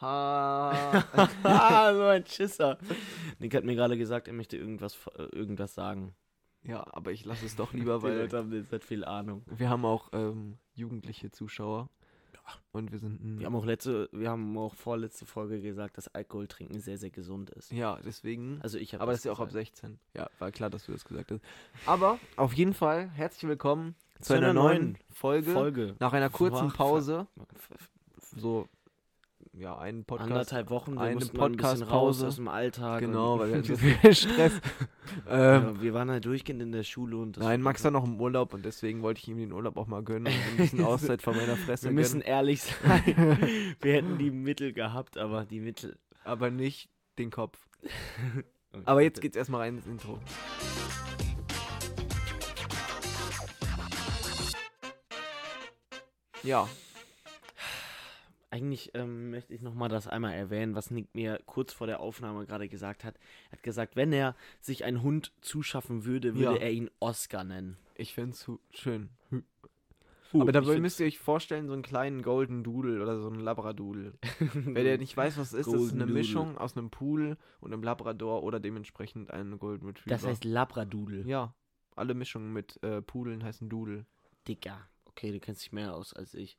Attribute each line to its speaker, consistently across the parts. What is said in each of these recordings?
Speaker 1: Ha.
Speaker 2: Ah, so ein Schisser. Nick hat mir gerade gesagt, er möchte irgendwas, äh, irgendwas sagen.
Speaker 1: ja, aber ich lasse es doch lieber,
Speaker 2: Die
Speaker 1: weil
Speaker 2: Leute haben jetzt halt viel Ahnung.
Speaker 1: wir haben auch ähm, jugendliche Zuschauer. Und wir sind ein,
Speaker 2: Wir haben auch letzte, wir haben auch vorletzte Folge gesagt, dass Alkohol trinken sehr, sehr gesund ist.
Speaker 1: Ja, deswegen.
Speaker 2: Also ich habe
Speaker 1: aber das ist ja auch ab 16. Ja, war klar, dass du das gesagt hast. Aber auf jeden Fall herzlich willkommen zu, einer neuen Folge.
Speaker 2: Folge.
Speaker 1: Nach einer kurzen
Speaker 2: Boah, ver-
Speaker 1: Pause, so ja, einen Podcast.
Speaker 2: Anderthalb Wochen, wir
Speaker 1: eine
Speaker 2: mussten mal ein bisschen raus
Speaker 1: Podcast-Pause.
Speaker 2: aus dem Alltag.
Speaker 1: Genau,
Speaker 2: und,
Speaker 1: weil wir hatten so viel Stress. ähm,
Speaker 2: ja, wir waren halt durchgehend in der Schule und das
Speaker 1: nein, Max war noch im Urlaub und deswegen wollte ich ihm den Urlaub auch mal gönnen und ein bisschen Auszeit von meiner Fresse
Speaker 2: Wir müssen
Speaker 1: gönnen.
Speaker 2: ehrlich sein. wir hätten die Mittel gehabt, aber die Mittel.
Speaker 1: Aber nicht den Kopf. Aber jetzt geht's erstmal rein ins Intro. Ja,
Speaker 2: Eigentlich ähm, möchte ich nochmal das einmal erwähnen, was Nick mir kurz vor der Aufnahme gerade gesagt hat. Er hat gesagt, wenn er sich einen Hund zuschaffen würde, würde
Speaker 1: Ja.
Speaker 2: er ihn Oscar nennen.
Speaker 1: ich find's hu- schön. Hu-
Speaker 2: Huh,
Speaker 1: Aber
Speaker 2: oh, ich
Speaker 1: dabei
Speaker 2: find-
Speaker 1: müsst ihr euch vorstellen, so einen kleinen Golden Doodle oder so einen Labradudel. Wer der nicht weiß, was es ist, das ist
Speaker 2: Golden
Speaker 1: eine
Speaker 2: Doodle.
Speaker 1: Mischung aus einem Pool und einem Labrador oder dementsprechend einem Golden Retriever.
Speaker 2: das heißt Labradudel.
Speaker 1: ja, alle Mischungen mit äh, Pudeln heißen Doodle.
Speaker 2: Dicker. Okay, du kennst dich mehr aus als ich.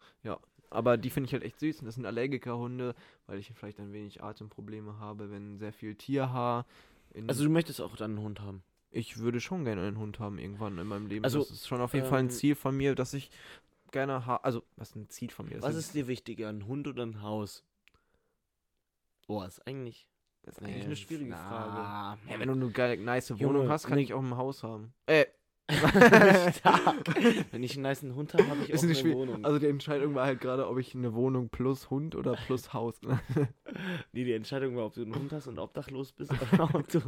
Speaker 1: Aber die finde ich halt echt süß und das sind Allergikerhunde, weil ich vielleicht ein wenig Atemprobleme habe, wenn sehr viel Tierhaar. In
Speaker 2: Also du möchtest auch dann einen Hund haben.
Speaker 1: ich würde schon gerne einen Hund haben irgendwann in meinem Leben.
Speaker 2: Also,
Speaker 1: das ist schon auf jeden Fall ein
Speaker 2: ähm,
Speaker 1: Ziel von mir, dass ich gerne ha also was ein Ziel von mir das
Speaker 2: Was ist dir wichtiger, ein Hund oder ein Haus? Boah, ist eigentlich,
Speaker 1: das ist eigentlich eine schwierige Frage.
Speaker 2: Ah,
Speaker 1: Ja, Äh, wenn du eine geile, nice
Speaker 2: Junge,
Speaker 1: Wohnung hast, kann
Speaker 2: ne-
Speaker 1: ich auch ein Haus haben. Äh,
Speaker 2: Stark. Wenn ich einen niceen Hund habe, habe ich
Speaker 1: Ist
Speaker 2: auch eine
Speaker 1: nicht schwierig.
Speaker 2: Wohnung.
Speaker 1: also die Entscheidung war halt gerade, ob ich eine Wohnung plus Hund oder plus Haus. Eine
Speaker 2: nee, die Entscheidung war, ob du einen Hund hast und obdachlos bist oder ob du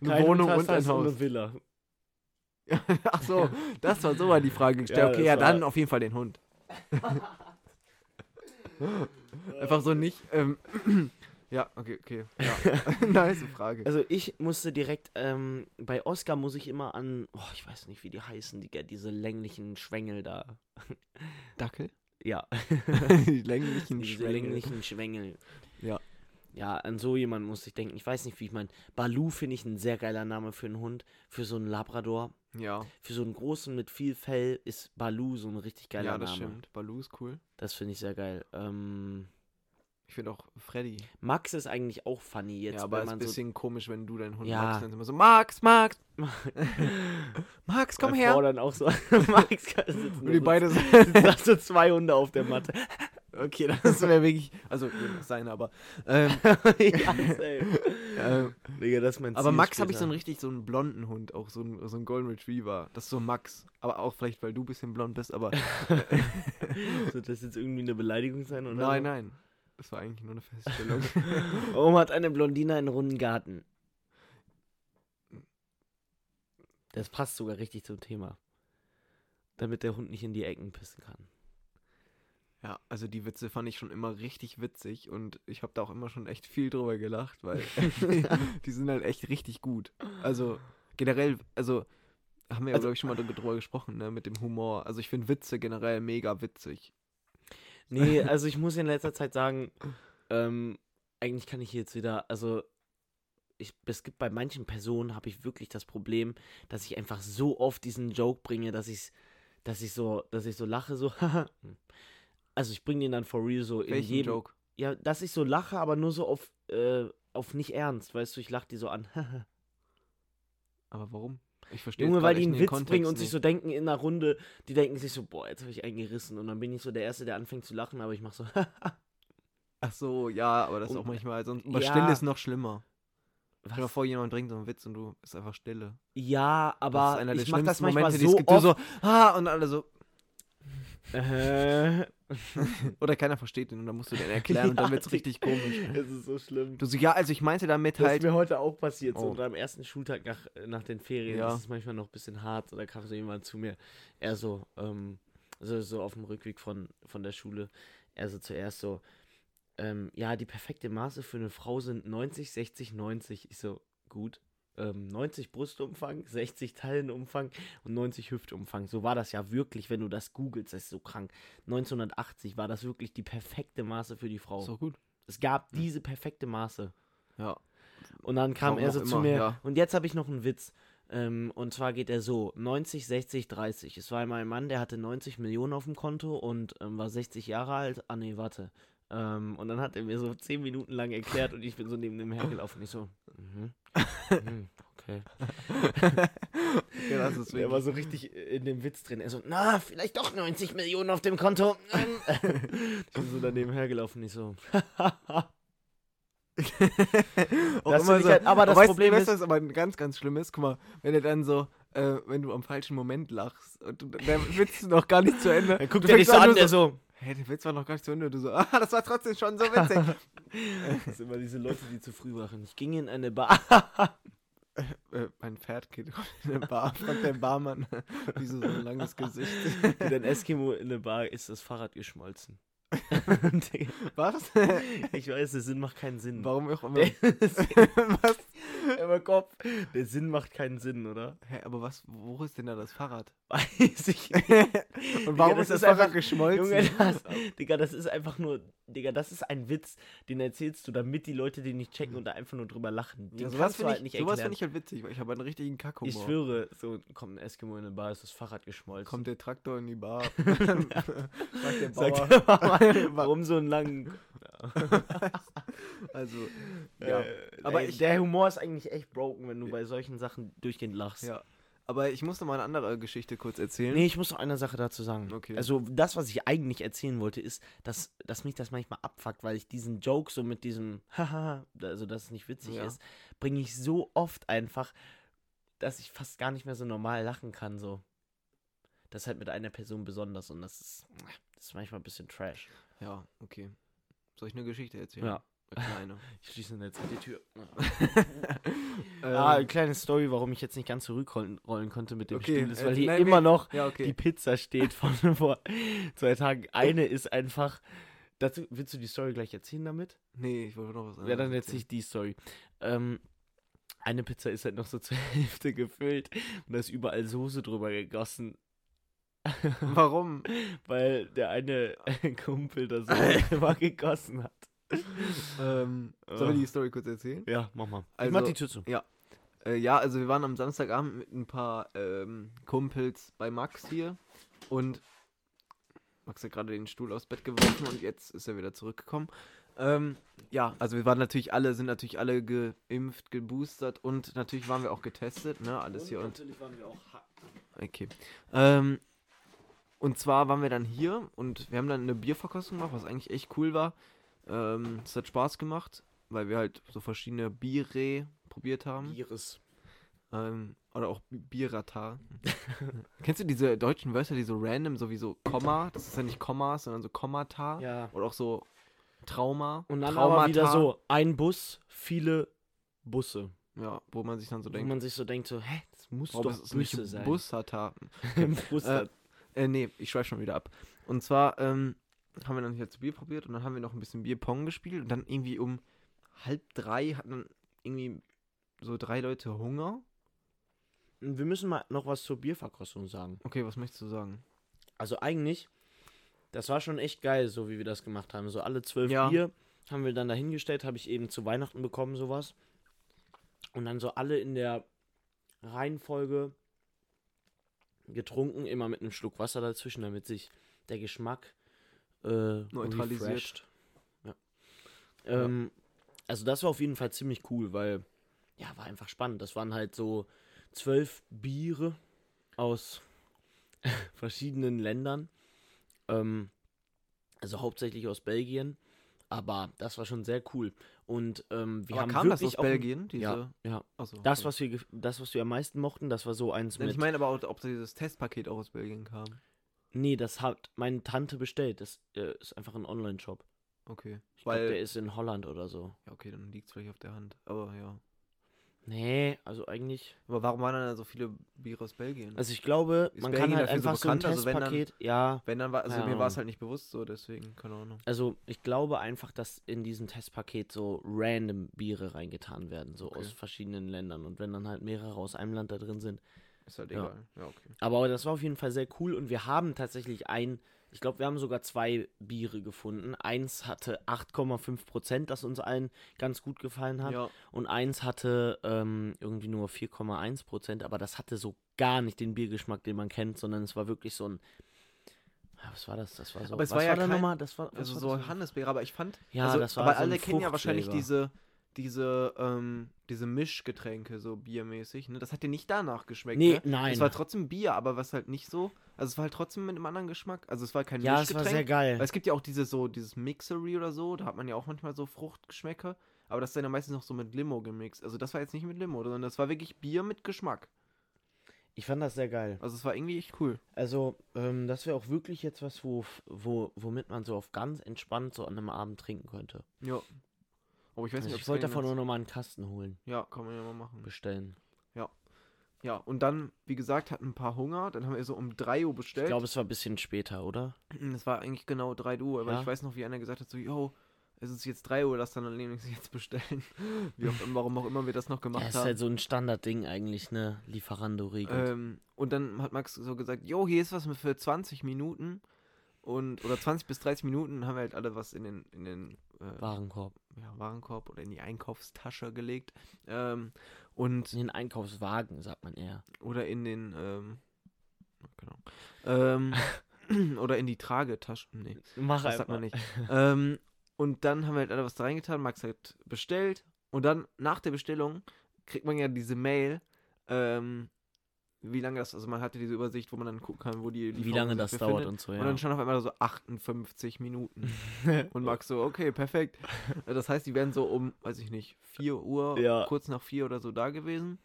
Speaker 1: Eine Wohnung und ein Haus.
Speaker 2: eine Villa.
Speaker 1: Ach so, das war so war die Frage gestellt.
Speaker 2: Ja,
Speaker 1: okay,
Speaker 2: das
Speaker 1: ja,
Speaker 2: war-
Speaker 1: dann auf jeden Fall den Hund. Einfach so nicht. Ähm, ja, okay, okay. Ja. nice Frage.
Speaker 2: Also ich musste direkt, ähm, bei Oscar muss ich immer an, oh, ich weiß nicht, wie die heißen, Digga, diese länglichen Schwängel da.
Speaker 1: Dackel?
Speaker 2: Ja,
Speaker 1: die länglichen
Speaker 2: diese
Speaker 1: Schwängel.
Speaker 2: länglichen Schwängel.
Speaker 1: Ja.
Speaker 2: Ja, an so jemanden musste ich denken. Ich weiß nicht, wie ich mein. Balu finde ich ein sehr geiler Name für einen Hund, für so einen Labrador.
Speaker 1: Ja,
Speaker 2: Für so einen großen mit viel Fell ist Balu so ein richtig geiler
Speaker 1: ja, das
Speaker 2: Name.
Speaker 1: stimmt. Baloo ist cool.
Speaker 2: Das finde ich sehr geil. Ähm,
Speaker 1: Ich finde auch Freddy.
Speaker 2: Max ist eigentlich auch funny jetzt,
Speaker 1: ja, aber
Speaker 2: weil
Speaker 1: ist ein
Speaker 2: man so
Speaker 1: bisschen komisch, wenn du deinen Hund
Speaker 2: Ja.
Speaker 1: magst. Dann immer so, Max, Max, Max, komm
Speaker 2: Meine
Speaker 1: her.
Speaker 2: Frau Äh, dann auch so Max sitzen
Speaker 1: Und die beide so,
Speaker 2: hast du zwei Hunde auf der Matte.
Speaker 1: okay, das wäre wirklich, also, das sein, aber, ähm,
Speaker 2: ja, safe.
Speaker 1: ähm,
Speaker 2: Digga, das ist mein
Speaker 1: Aber
Speaker 2: Ziel
Speaker 1: Max habe ich so
Speaker 2: später.
Speaker 1: einen richtig so einen blonden Hund, auch so einen, so einen Golden Retriever. Das ist so Max. Aber auch vielleicht, weil du ein bisschen blond bist, aber.
Speaker 2: Soll das jetzt irgendwie eine Beleidigung sein oder?
Speaker 1: nein,
Speaker 2: so?
Speaker 1: nein. Das war eigentlich nur eine Feststellung.
Speaker 2: Warum hat eine Blondine einen runden Garten? Das passt sogar richtig zum Thema. Damit der Hund nicht in die Ecken pissen kann.
Speaker 1: ja, also die Witze fand ich schon immer richtig witzig und ich habe da auch immer schon echt viel drüber gelacht, weil die sind halt echt richtig gut. Also generell, also haben wir ja,
Speaker 2: Also-
Speaker 1: glaube ich, schon mal drüber gesprochen, ne, mit dem Humor. Also ich finde Witze generell mega witzig.
Speaker 2: Nee, also ich muss in letzter Zeit sagen, ähm, eigentlich kann ich jetzt wieder, also ich, es gibt bei manchen Personen habe ich wirklich das Problem, dass ich einfach so oft diesen Joke bringe, dass ich, dass ich so, dass ich so lache, so. also ich bringe den dann for real so in
Speaker 1: Welchen
Speaker 2: jedem.
Speaker 1: Joke?
Speaker 2: Ja, dass ich so lache, aber nur so auf, äh, auf nicht ernst, weißt du, ich lache die so an.
Speaker 1: Aber warum? Ich verstehe
Speaker 2: Junge,
Speaker 1: jetzt
Speaker 2: weil
Speaker 1: grad
Speaker 2: die
Speaker 1: echt
Speaker 2: einen
Speaker 1: den
Speaker 2: Witz
Speaker 1: Kontext
Speaker 2: bringen und sich
Speaker 1: nicht.
Speaker 2: so denken in einer Runde, die denken sich so, boah, jetzt habe ich eingerissen und dann bin ich so der Erste, der anfängt zu lachen, aber ich mache so.
Speaker 1: Ach so, ja, aber das ist
Speaker 2: Und-
Speaker 1: auch manchmal sonst.
Speaker 2: Ja.
Speaker 1: Aber Stille ist noch schlimmer. Stell dir mal
Speaker 2: Was?
Speaker 1: vor, jemand bringt so einen Witz und du bist einfach stille.
Speaker 2: Ja,
Speaker 1: das ist
Speaker 2: aber
Speaker 1: einer der
Speaker 2: ich mache das
Speaker 1: schlimmsten
Speaker 2: manchmal
Speaker 1: Momente, die es
Speaker 2: so
Speaker 1: gibt. Du
Speaker 2: oft.
Speaker 1: so, ah, und alle so.
Speaker 2: Äh,
Speaker 1: Oder keiner versteht den und dann musst du den erklären und dann
Speaker 2: Ja,
Speaker 1: wird's
Speaker 2: die-
Speaker 1: richtig komisch.
Speaker 2: es ist so schlimm.
Speaker 1: Du so, ja, also ich meinte damit
Speaker 2: Das
Speaker 1: halt.
Speaker 2: ist mir heute auch passiert, so
Speaker 1: Oh.
Speaker 2: unter dem ersten Schultag nach, nach den Ferien.
Speaker 1: Ja.
Speaker 2: Das ist manchmal noch ein bisschen hart. Da kam so jemand zu mir, er so, ähm, so, so auf dem Rückweg von, von der Schule, er so zuerst so, ähm, ja, die perfekte Maße für eine Frau sind 90, 60, 90. Ich so, gut. Ähm, 90 Brustumfang, 60 Teilenumfang und 90 Hüftumfang. So war das ja wirklich, wenn du das googelst, das ist so krank. 1980 war das wirklich die perfekte Maße für die Frau.
Speaker 1: So hm. gut.
Speaker 2: Es gab diese perfekte Maße.
Speaker 1: Ja.
Speaker 2: Und dann kam
Speaker 1: Warum
Speaker 2: er so
Speaker 1: auch
Speaker 2: zu
Speaker 1: immer,
Speaker 2: mir.
Speaker 1: ja.
Speaker 2: Und jetzt habe ich noch einen Witz. Ähm, und zwar geht er so: 90, 60, 30. Es war einmal ein Mann, der hatte 90 Millionen auf dem Konto und ähm, war 60 Jahre alt. Ah, nee, warte. Ähm, und dann hat er mir so 10 Minuten lang erklärt und ich bin so neben dem hergelaufen. Ich so, mhm. Mhm, okay.
Speaker 1: ja, das ist
Speaker 2: Er war so richtig äh, in dem Witz drin. Er so, na, vielleicht doch 90 Millionen auf dem Konto. Ähm, ich bin so daneben hergelaufen. Ich so,
Speaker 1: auch immer
Speaker 2: Das finde ich
Speaker 1: so,
Speaker 2: halt- aber das
Speaker 1: weißt,
Speaker 2: Problem
Speaker 1: weißt, du,
Speaker 2: ist-
Speaker 1: was aber ganz, ganz schlimm ist? Guck mal, wenn du dann so, äh, wenn du am falschen Moment lachst und du- der Witz ist noch gar nicht zu Ende.
Speaker 2: dann guckt
Speaker 1: du
Speaker 2: er dich
Speaker 1: fängst
Speaker 2: so an,
Speaker 1: nur
Speaker 2: der so,
Speaker 1: Hey, der Witz war noch gar nicht zu Ende. Und du so, ah, das war trotzdem schon so witzig.
Speaker 2: das sind immer diese Leute, die zu früh wachen. Ich ging in eine Bar.
Speaker 1: äh, mein Pferd geht in eine Bar, fragt der Barmann, wieso so ein langes Gesicht.
Speaker 2: Wie ein Eskimo in eine Bar ist das Fahrrad geschmolzen. Digga,
Speaker 1: Was?
Speaker 2: ich weiß, der Sinn macht keinen Sinn.
Speaker 1: Warum auch immer.
Speaker 2: Der,
Speaker 1: was?
Speaker 2: aber Kopf, der Sinn macht keinen Sinn, oder?
Speaker 1: Hä, aber was, wo ist denn da das Fahrrad?
Speaker 2: Weiß ich nicht.
Speaker 1: Und warum
Speaker 2: das
Speaker 1: ist das
Speaker 2: ist
Speaker 1: Fahrrad
Speaker 2: einfach-
Speaker 1: geschmolzen?
Speaker 2: Junge, das, Digga, das ist einfach nur, Digga, das ist ein Witz, den erzählst du, damit die Leute den nicht checken und da einfach nur drüber lachen. Den
Speaker 1: Hm. ja, sowas
Speaker 2: kannst du
Speaker 1: finde
Speaker 2: halt
Speaker 1: ich,
Speaker 2: nicht
Speaker 1: sowas
Speaker 2: erklären.
Speaker 1: find ich halt witzig, weil ich habe einen richtigen Kackhumor.
Speaker 2: ich, schwöre, so kommt ein Eskimo in eine Bar, ist das Fahrrad geschmolzen.
Speaker 1: Kommt der Traktor in die Bar. Sagt der
Speaker 2: Sagt
Speaker 1: Bauer.
Speaker 2: der Bauer, warum so einen langen...
Speaker 1: Also, ja.
Speaker 2: Äh,
Speaker 1: Aber
Speaker 2: ey,
Speaker 1: ich-
Speaker 2: der Humor ist eigentlich echt broken, wenn du bei solchen Sachen durchgehend lachst.
Speaker 1: ja. Aber ich muss noch mal eine andere Geschichte kurz erzählen.
Speaker 2: Nee, ich muss noch eine Sache dazu sagen.
Speaker 1: Okay.
Speaker 2: Also das, was ich eigentlich erzählen wollte, ist, dass, dass mich das manchmal abfuckt, weil ich diesen Joke so mit diesem Haha, also dass es nicht witzig
Speaker 1: Ja.
Speaker 2: ist, bringe ich so oft einfach, dass ich fast gar nicht mehr so normal lachen kann. So. Das ist halt mit einer Person besonders und das ist, das ist manchmal ein bisschen trash.
Speaker 1: Ja, okay. Soll ich eine Geschichte erzählen?
Speaker 2: Ja.
Speaker 1: Eine kleine.
Speaker 2: Ich schließe jetzt die Tür.
Speaker 1: Ähm,
Speaker 2: ah, eine kleine Story, warum ich jetzt nicht ganz zurückrollen rollen konnte mit dem
Speaker 1: Okay,
Speaker 2: Stuhl, ist,
Speaker 1: äh,
Speaker 2: weil hier
Speaker 1: nein,
Speaker 2: immer
Speaker 1: wir-
Speaker 2: noch
Speaker 1: ja,
Speaker 2: die
Speaker 1: okay.
Speaker 2: Pizza steht von vor zwei Tagen. Eine ist einfach. Dazu, willst du die Story gleich erzählen damit?
Speaker 1: Nee, ich wollte noch was
Speaker 2: ja,
Speaker 1: erzählen.
Speaker 2: dann erzähle ich die Story. Ähm, eine Pizza ist halt noch so zur Hälfte gefüllt und da ist überall Soße drüber gegossen,
Speaker 1: Warum?
Speaker 2: weil der eine Kumpel da Soße drüber gegossen hat.
Speaker 1: ähm, sollen wir die Story kurz erzählen?
Speaker 2: Ja, mach mal. ich
Speaker 1: Also-
Speaker 2: mach die Tür zu.
Speaker 1: Äh, ja, also wir waren am Samstagabend mit ein paar ähm, Kumpels bei Max hier und Max hat gerade den Stuhl aufs Bett geworfen und jetzt ist er wieder zurückgekommen. Ähm, ja, also wir waren natürlich alle, sind natürlich alle geimpft, geboostert und natürlich waren wir auch getestet, ne, alles hier und
Speaker 2: Hm?
Speaker 1: Okay. Ähm, und zwar waren wir dann hier und wir haben dann eine Bierverkostung gemacht, was eigentlich echt cool war. Ähm, es hat Spaß gemacht, weil wir halt so verschiedene Biere probiert haben.
Speaker 2: Iris.
Speaker 1: Ähm, oder auch Bi- Bierata. Kennst du diese deutschen Wörter, die so random, sowieso Komma, das ist ja nicht Kommas, sondern so Kommata.
Speaker 2: Ja.
Speaker 1: Oder auch so Trauma.
Speaker 2: Und dann
Speaker 1: Traumata.
Speaker 2: aber wieder so: ein Bus, viele Busse.
Speaker 1: Ja, wo man sich dann so
Speaker 2: Wo
Speaker 1: denkt,
Speaker 2: man sich so denkt, so, hä, das muss
Speaker 1: warum
Speaker 2: doch
Speaker 1: ist es nicht
Speaker 2: Busse sein.
Speaker 1: Bussata?
Speaker 2: Brustler.
Speaker 1: Äh, nee, ich schreibe schon wieder ab. Und zwar ähm, haben wir dann hier zu Bier probiert und dann haben wir noch ein bisschen Bierpong gespielt und dann irgendwie um halb drei hatten dann irgendwie so drei Leute Hunger.
Speaker 2: Wir müssen mal noch was zur Bierverkostung sagen.
Speaker 1: Okay, was möchtest du sagen?
Speaker 2: Also eigentlich, das war schon echt geil, so wie wir das gemacht haben. So alle zwölf
Speaker 1: Ja.
Speaker 2: Bier haben wir dann dahingestellt, habe ich eben zu Weihnachten bekommen, sowas. Und dann so alle in der Reihenfolge getrunken, immer mit einem Schluck Wasser dazwischen, damit sich der Geschmack äh,
Speaker 1: Neutralisiert.
Speaker 2: refreshed. Ja. Ähm, Also das war auf jeden Fall ziemlich cool, weil ja, war einfach spannend. Das waren halt so zwölf Biere aus verschiedenen Ländern. Ähm, also hauptsächlich aus Belgien. Aber das war schon sehr cool. Und ähm, wir
Speaker 1: Aber
Speaker 2: haben
Speaker 1: kam das aus
Speaker 2: wirklich auch ein-
Speaker 1: Belgien? Diese,
Speaker 2: Ja, ja.
Speaker 1: Achso,
Speaker 2: Das,
Speaker 1: sorry.
Speaker 2: was wir, ge- das, was wir am meisten mochten, das war so eins
Speaker 1: Nein,
Speaker 2: mit.
Speaker 1: ich meine aber, auch, ob dieses Testpaket auch aus Belgien kam.
Speaker 2: nee, das hat meine Tante bestellt. Das äh, ist einfach ein Online-Shop.
Speaker 1: Okay.
Speaker 2: Ich glaube,
Speaker 1: Weil,
Speaker 2: der ist in Holland oder so.
Speaker 1: ja, okay, dann liegt es vielleicht auf der Hand. Aber ja.
Speaker 2: Nee, also eigentlich.
Speaker 1: Aber warum waren dann so viele Biere aus Belgien?
Speaker 2: Also ich glaube,
Speaker 1: Ist
Speaker 2: man
Speaker 1: Belgien
Speaker 2: kann halt
Speaker 1: dafür so
Speaker 2: einfach so ein
Speaker 1: bekannt? Also wenn dann-
Speaker 2: Testpaket. ja,
Speaker 1: Wenn dann war, also
Speaker 2: Keine
Speaker 1: mir war es
Speaker 2: Ahnung.
Speaker 1: halt nicht bewusst so, deswegen, keine Ahnung.
Speaker 2: Also ich glaube einfach, dass in diesem Testpaket so random Biere reingetan werden, so
Speaker 1: Okay.
Speaker 2: aus verschiedenen Ländern. Und wenn dann halt mehrere aus einem Land da drin sind.
Speaker 1: Ist halt
Speaker 2: Ja.
Speaker 1: egal. Ja, okay.
Speaker 2: Aber das war auf jeden Fall sehr cool und wir haben tatsächlich ein Ich glaube, wir haben sogar zwei Biere gefunden. Eins hatte 8,5 Prozent, das uns allen ganz gut gefallen hat.
Speaker 1: Ja.
Speaker 2: Und eins hatte ähm, irgendwie nur 4,1 Prozent, aber das hatte so gar nicht den Biergeschmack, den man kennt, sondern es war wirklich so ein. Ja, Was war das? Das war so.
Speaker 1: Aber es
Speaker 2: was
Speaker 1: war ja
Speaker 2: da
Speaker 1: kein-
Speaker 2: nochmal? Das war, was
Speaker 1: Also
Speaker 2: war
Speaker 1: so
Speaker 2: das noch?
Speaker 1: Johannisbeere, aber ich fand,
Speaker 2: Ja,
Speaker 1: also,
Speaker 2: das war
Speaker 1: aber
Speaker 2: so ein
Speaker 1: alle kennen ja wahrscheinlich
Speaker 2: Fruchtflavor.
Speaker 1: diese, diese, ähm, diese Mischgetränke, so biermäßig, ne? Das hat dir nicht danach geschmeckt,
Speaker 2: Nee,
Speaker 1: ne?
Speaker 2: nein.
Speaker 1: Es war trotzdem Bier, aber was halt nicht so, also es war halt trotzdem mit einem anderen Geschmack, also es war kein
Speaker 2: ja, es war
Speaker 1: Mischgetränk.
Speaker 2: sehr geil.
Speaker 1: Weil es gibt ja auch dieses so, dieses Mixery oder so, da hat man ja auch manchmal so Fruchtgeschmäcker, aber das ist dann ja meistens noch so mit Limo gemixt. Also das war jetzt nicht mit Limo, sondern das war wirklich Bier mit Geschmack.
Speaker 2: Ich fand das sehr geil.
Speaker 1: Also es war irgendwie echt cool.
Speaker 2: Also, ähm, das wäre auch wirklich jetzt was, wo, wo, womit man so auf ganz entspannt so an einem Abend trinken könnte.
Speaker 1: Ja. Aber ich weiß
Speaker 2: Also
Speaker 1: nicht, ob
Speaker 2: ich wollte davon nur
Speaker 1: noch.
Speaker 2: nochmal einen Kasten holen,
Speaker 1: Ja, kann man ja mal machen.
Speaker 2: bestellen.
Speaker 1: Ja, und dann, wie gesagt, hatten ein paar Hunger. Dann haben wir so um 3 Uhr
Speaker 2: Ich
Speaker 1: bestellt.
Speaker 2: glaube, es war ein bisschen später, oder?
Speaker 1: das war eigentlich genau 3 Uhr, aber
Speaker 2: Ja.
Speaker 1: ich weiß noch, wie einer gesagt hat, so, yo, es ist jetzt 3 Uhr, lass dann allerdings jetzt bestellen. wie auch immer, warum auch immer wir das noch
Speaker 2: Ja,
Speaker 1: gemacht
Speaker 2: ist
Speaker 1: haben.
Speaker 2: halt so ein Standardding eigentlich, ne? Lieferando regelt.
Speaker 1: Ähm, und dann hat Max so gesagt, jo, hier ist was für 20 Minuten und oder 20 bis 30 Minuten haben wir halt alle was in den, in den äh,
Speaker 2: Warenkorb.
Speaker 1: ja, Warenkorb oder in die Einkaufstasche gelegt. Ähm, und
Speaker 2: In den Einkaufswagen, sagt man eher.
Speaker 1: oder in den ähm, genau, ähm, oder in die Tragetasche. Nee.
Speaker 2: Mach
Speaker 1: Das sagt man nicht. ähm, und dann haben wir halt alle was da reingetan. Max hat bestellt. Und dann nach der Bestellung kriegt man ja diese Mail, ähm, wie lange das, also man hatte diese Übersicht, wo man dann gucken kann, wo die
Speaker 2: Wie lange
Speaker 1: Lieferung
Speaker 2: das
Speaker 1: sich
Speaker 2: dauert
Speaker 1: befindet.
Speaker 2: und so,
Speaker 1: Und,
Speaker 2: ja.
Speaker 1: dann schon auf einmal so 58 Minuten. Und Max so, okay, perfekt. Äh, Das heißt, die wären so um, weiß ich nicht, 4 Uhr,
Speaker 2: Ja.
Speaker 1: kurz nach 4 oder so da gewesen.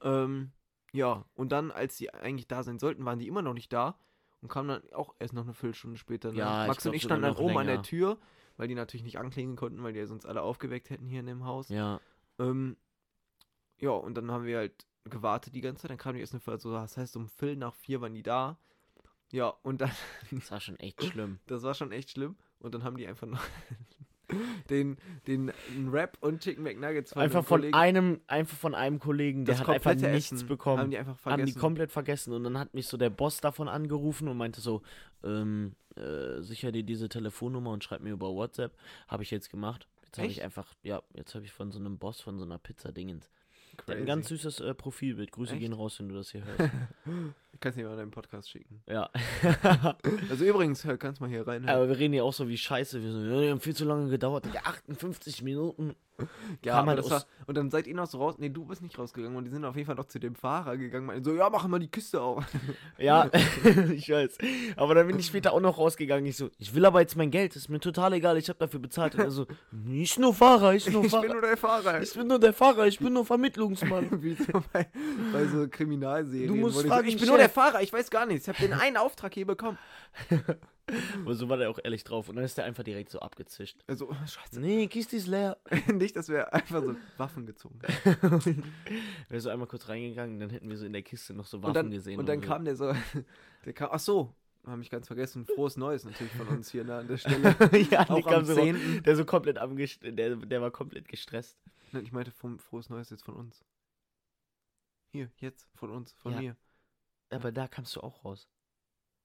Speaker 1: Ähm, ja, und dann, als die eigentlich da sein sollten, waren die immer noch nicht da und kamen dann auch erst noch eine Viertelstunde später. Ne?
Speaker 2: Ja, ich
Speaker 1: Max und
Speaker 2: glaub
Speaker 1: ich
Speaker 2: sogar
Speaker 1: standen dann
Speaker 2: noch
Speaker 1: oben an der
Speaker 2: länger.
Speaker 1: Tür, weil die natürlich nicht anklingen konnten, weil die ja sonst alle aufgeweckt hätten hier in dem Haus.
Speaker 2: ja.
Speaker 1: Ähm, ja, und dann haben wir halt gewartet die ganze Zeit, dann kam die erst eine Viertelstunde, also das heißt, um Viertel nach vier waren die da. Ja, und dann
Speaker 2: Das war schon echt schlimm.
Speaker 1: das war schon echt schlimm. Und dann haben die einfach noch den, den Rap und Chicken McNuggets
Speaker 2: Einfach
Speaker 1: dem
Speaker 2: von,
Speaker 1: Kollegen-
Speaker 2: einem, einfach von einem Kollegen, der hat einfach
Speaker 1: komplette
Speaker 2: nichts
Speaker 1: Essen
Speaker 2: bekommen.
Speaker 1: Haben die einfach
Speaker 2: haben die
Speaker 1: vergessen.
Speaker 2: komplett vergessen und dann hat mich so der Boss davon angerufen und meinte so, ähm, äh, sicher dir diese Telefonnummer und schreib mir über WhatsApp. Habe ich jetzt gemacht. Jetzt habe ich
Speaker 1: Echt?
Speaker 2: einfach, ja, jetzt habe ich von so einem Boss von so einer Pizza Dingens. Der hat
Speaker 1: Crazy.
Speaker 2: Ein ganz süßes äh, Profilbild. Grüße
Speaker 1: Echt?
Speaker 2: gehen raus, wenn du das hier hörst.
Speaker 1: Ich kann es nicht mal in deinen Podcast schicken.
Speaker 2: ja.
Speaker 1: Also übrigens, hör, kannst mal hier reinhören.
Speaker 2: Aber wir reden ja auch so wie scheiße. Wir so, ja, die haben viel zu lange gedauert. Digga, 58 Minuten.
Speaker 1: ja,
Speaker 2: kam
Speaker 1: aber
Speaker 2: halt
Speaker 1: das war,
Speaker 2: aus-
Speaker 1: und dann seid ihr noch so raus. Nee, du bist nicht rausgegangen. Und die sind auf jeden Fall noch zu dem Fahrer gegangen. Meinen so, ja, mach mal die Küste auf.
Speaker 2: Ja, ich weiß. Aber dann bin ich später auch noch rausgegangen. Ich so, ich will aber jetzt mein Geld. Ist mir total egal. Ich habe dafür bezahlt. Und er so, ich nur Fahrer, ich nur
Speaker 1: ich
Speaker 2: Fahrer.
Speaker 1: bin nur der Fahrer.
Speaker 2: Ich bin nur der Fahrer, ich bin nur Vermittlungsmann.
Speaker 1: Wie so bei, bei so Kriminalserien.
Speaker 2: Du musst
Speaker 1: wo die
Speaker 2: fragen,
Speaker 1: so, ich bin nur der
Speaker 2: Chef."
Speaker 1: Fahrer, ich weiß gar nichts. Ich habe den einen Auftrag hier bekommen.
Speaker 2: Aber so war der auch ehrlich drauf. Und dann ist der einfach direkt so abgezischt.
Speaker 1: Also, scheiße.
Speaker 2: Nee, Kiste ist leer.
Speaker 1: Nicht, dass wir einfach so Waffen gezogen haben.
Speaker 2: Wäre so einmal kurz reingegangen, dann hätten wir so in der Kiste noch so Waffen
Speaker 1: und dann,
Speaker 2: gesehen.
Speaker 1: Und dann
Speaker 2: so.
Speaker 1: kam der so, der kam, ach so, habe ich ganz vergessen, frohes Neues natürlich von uns hier ne, an der Stelle.
Speaker 2: ja,
Speaker 1: auch
Speaker 2: auch
Speaker 1: am
Speaker 2: kam so,
Speaker 1: 10..
Speaker 2: der so komplett amgest der, der war komplett gestresst.
Speaker 1: Nein, Ne, ich meinte vom, frohes Neues jetzt von uns. Hier, jetzt, von uns, von
Speaker 2: Ja.
Speaker 1: mir.
Speaker 2: Aber da kamst du auch raus.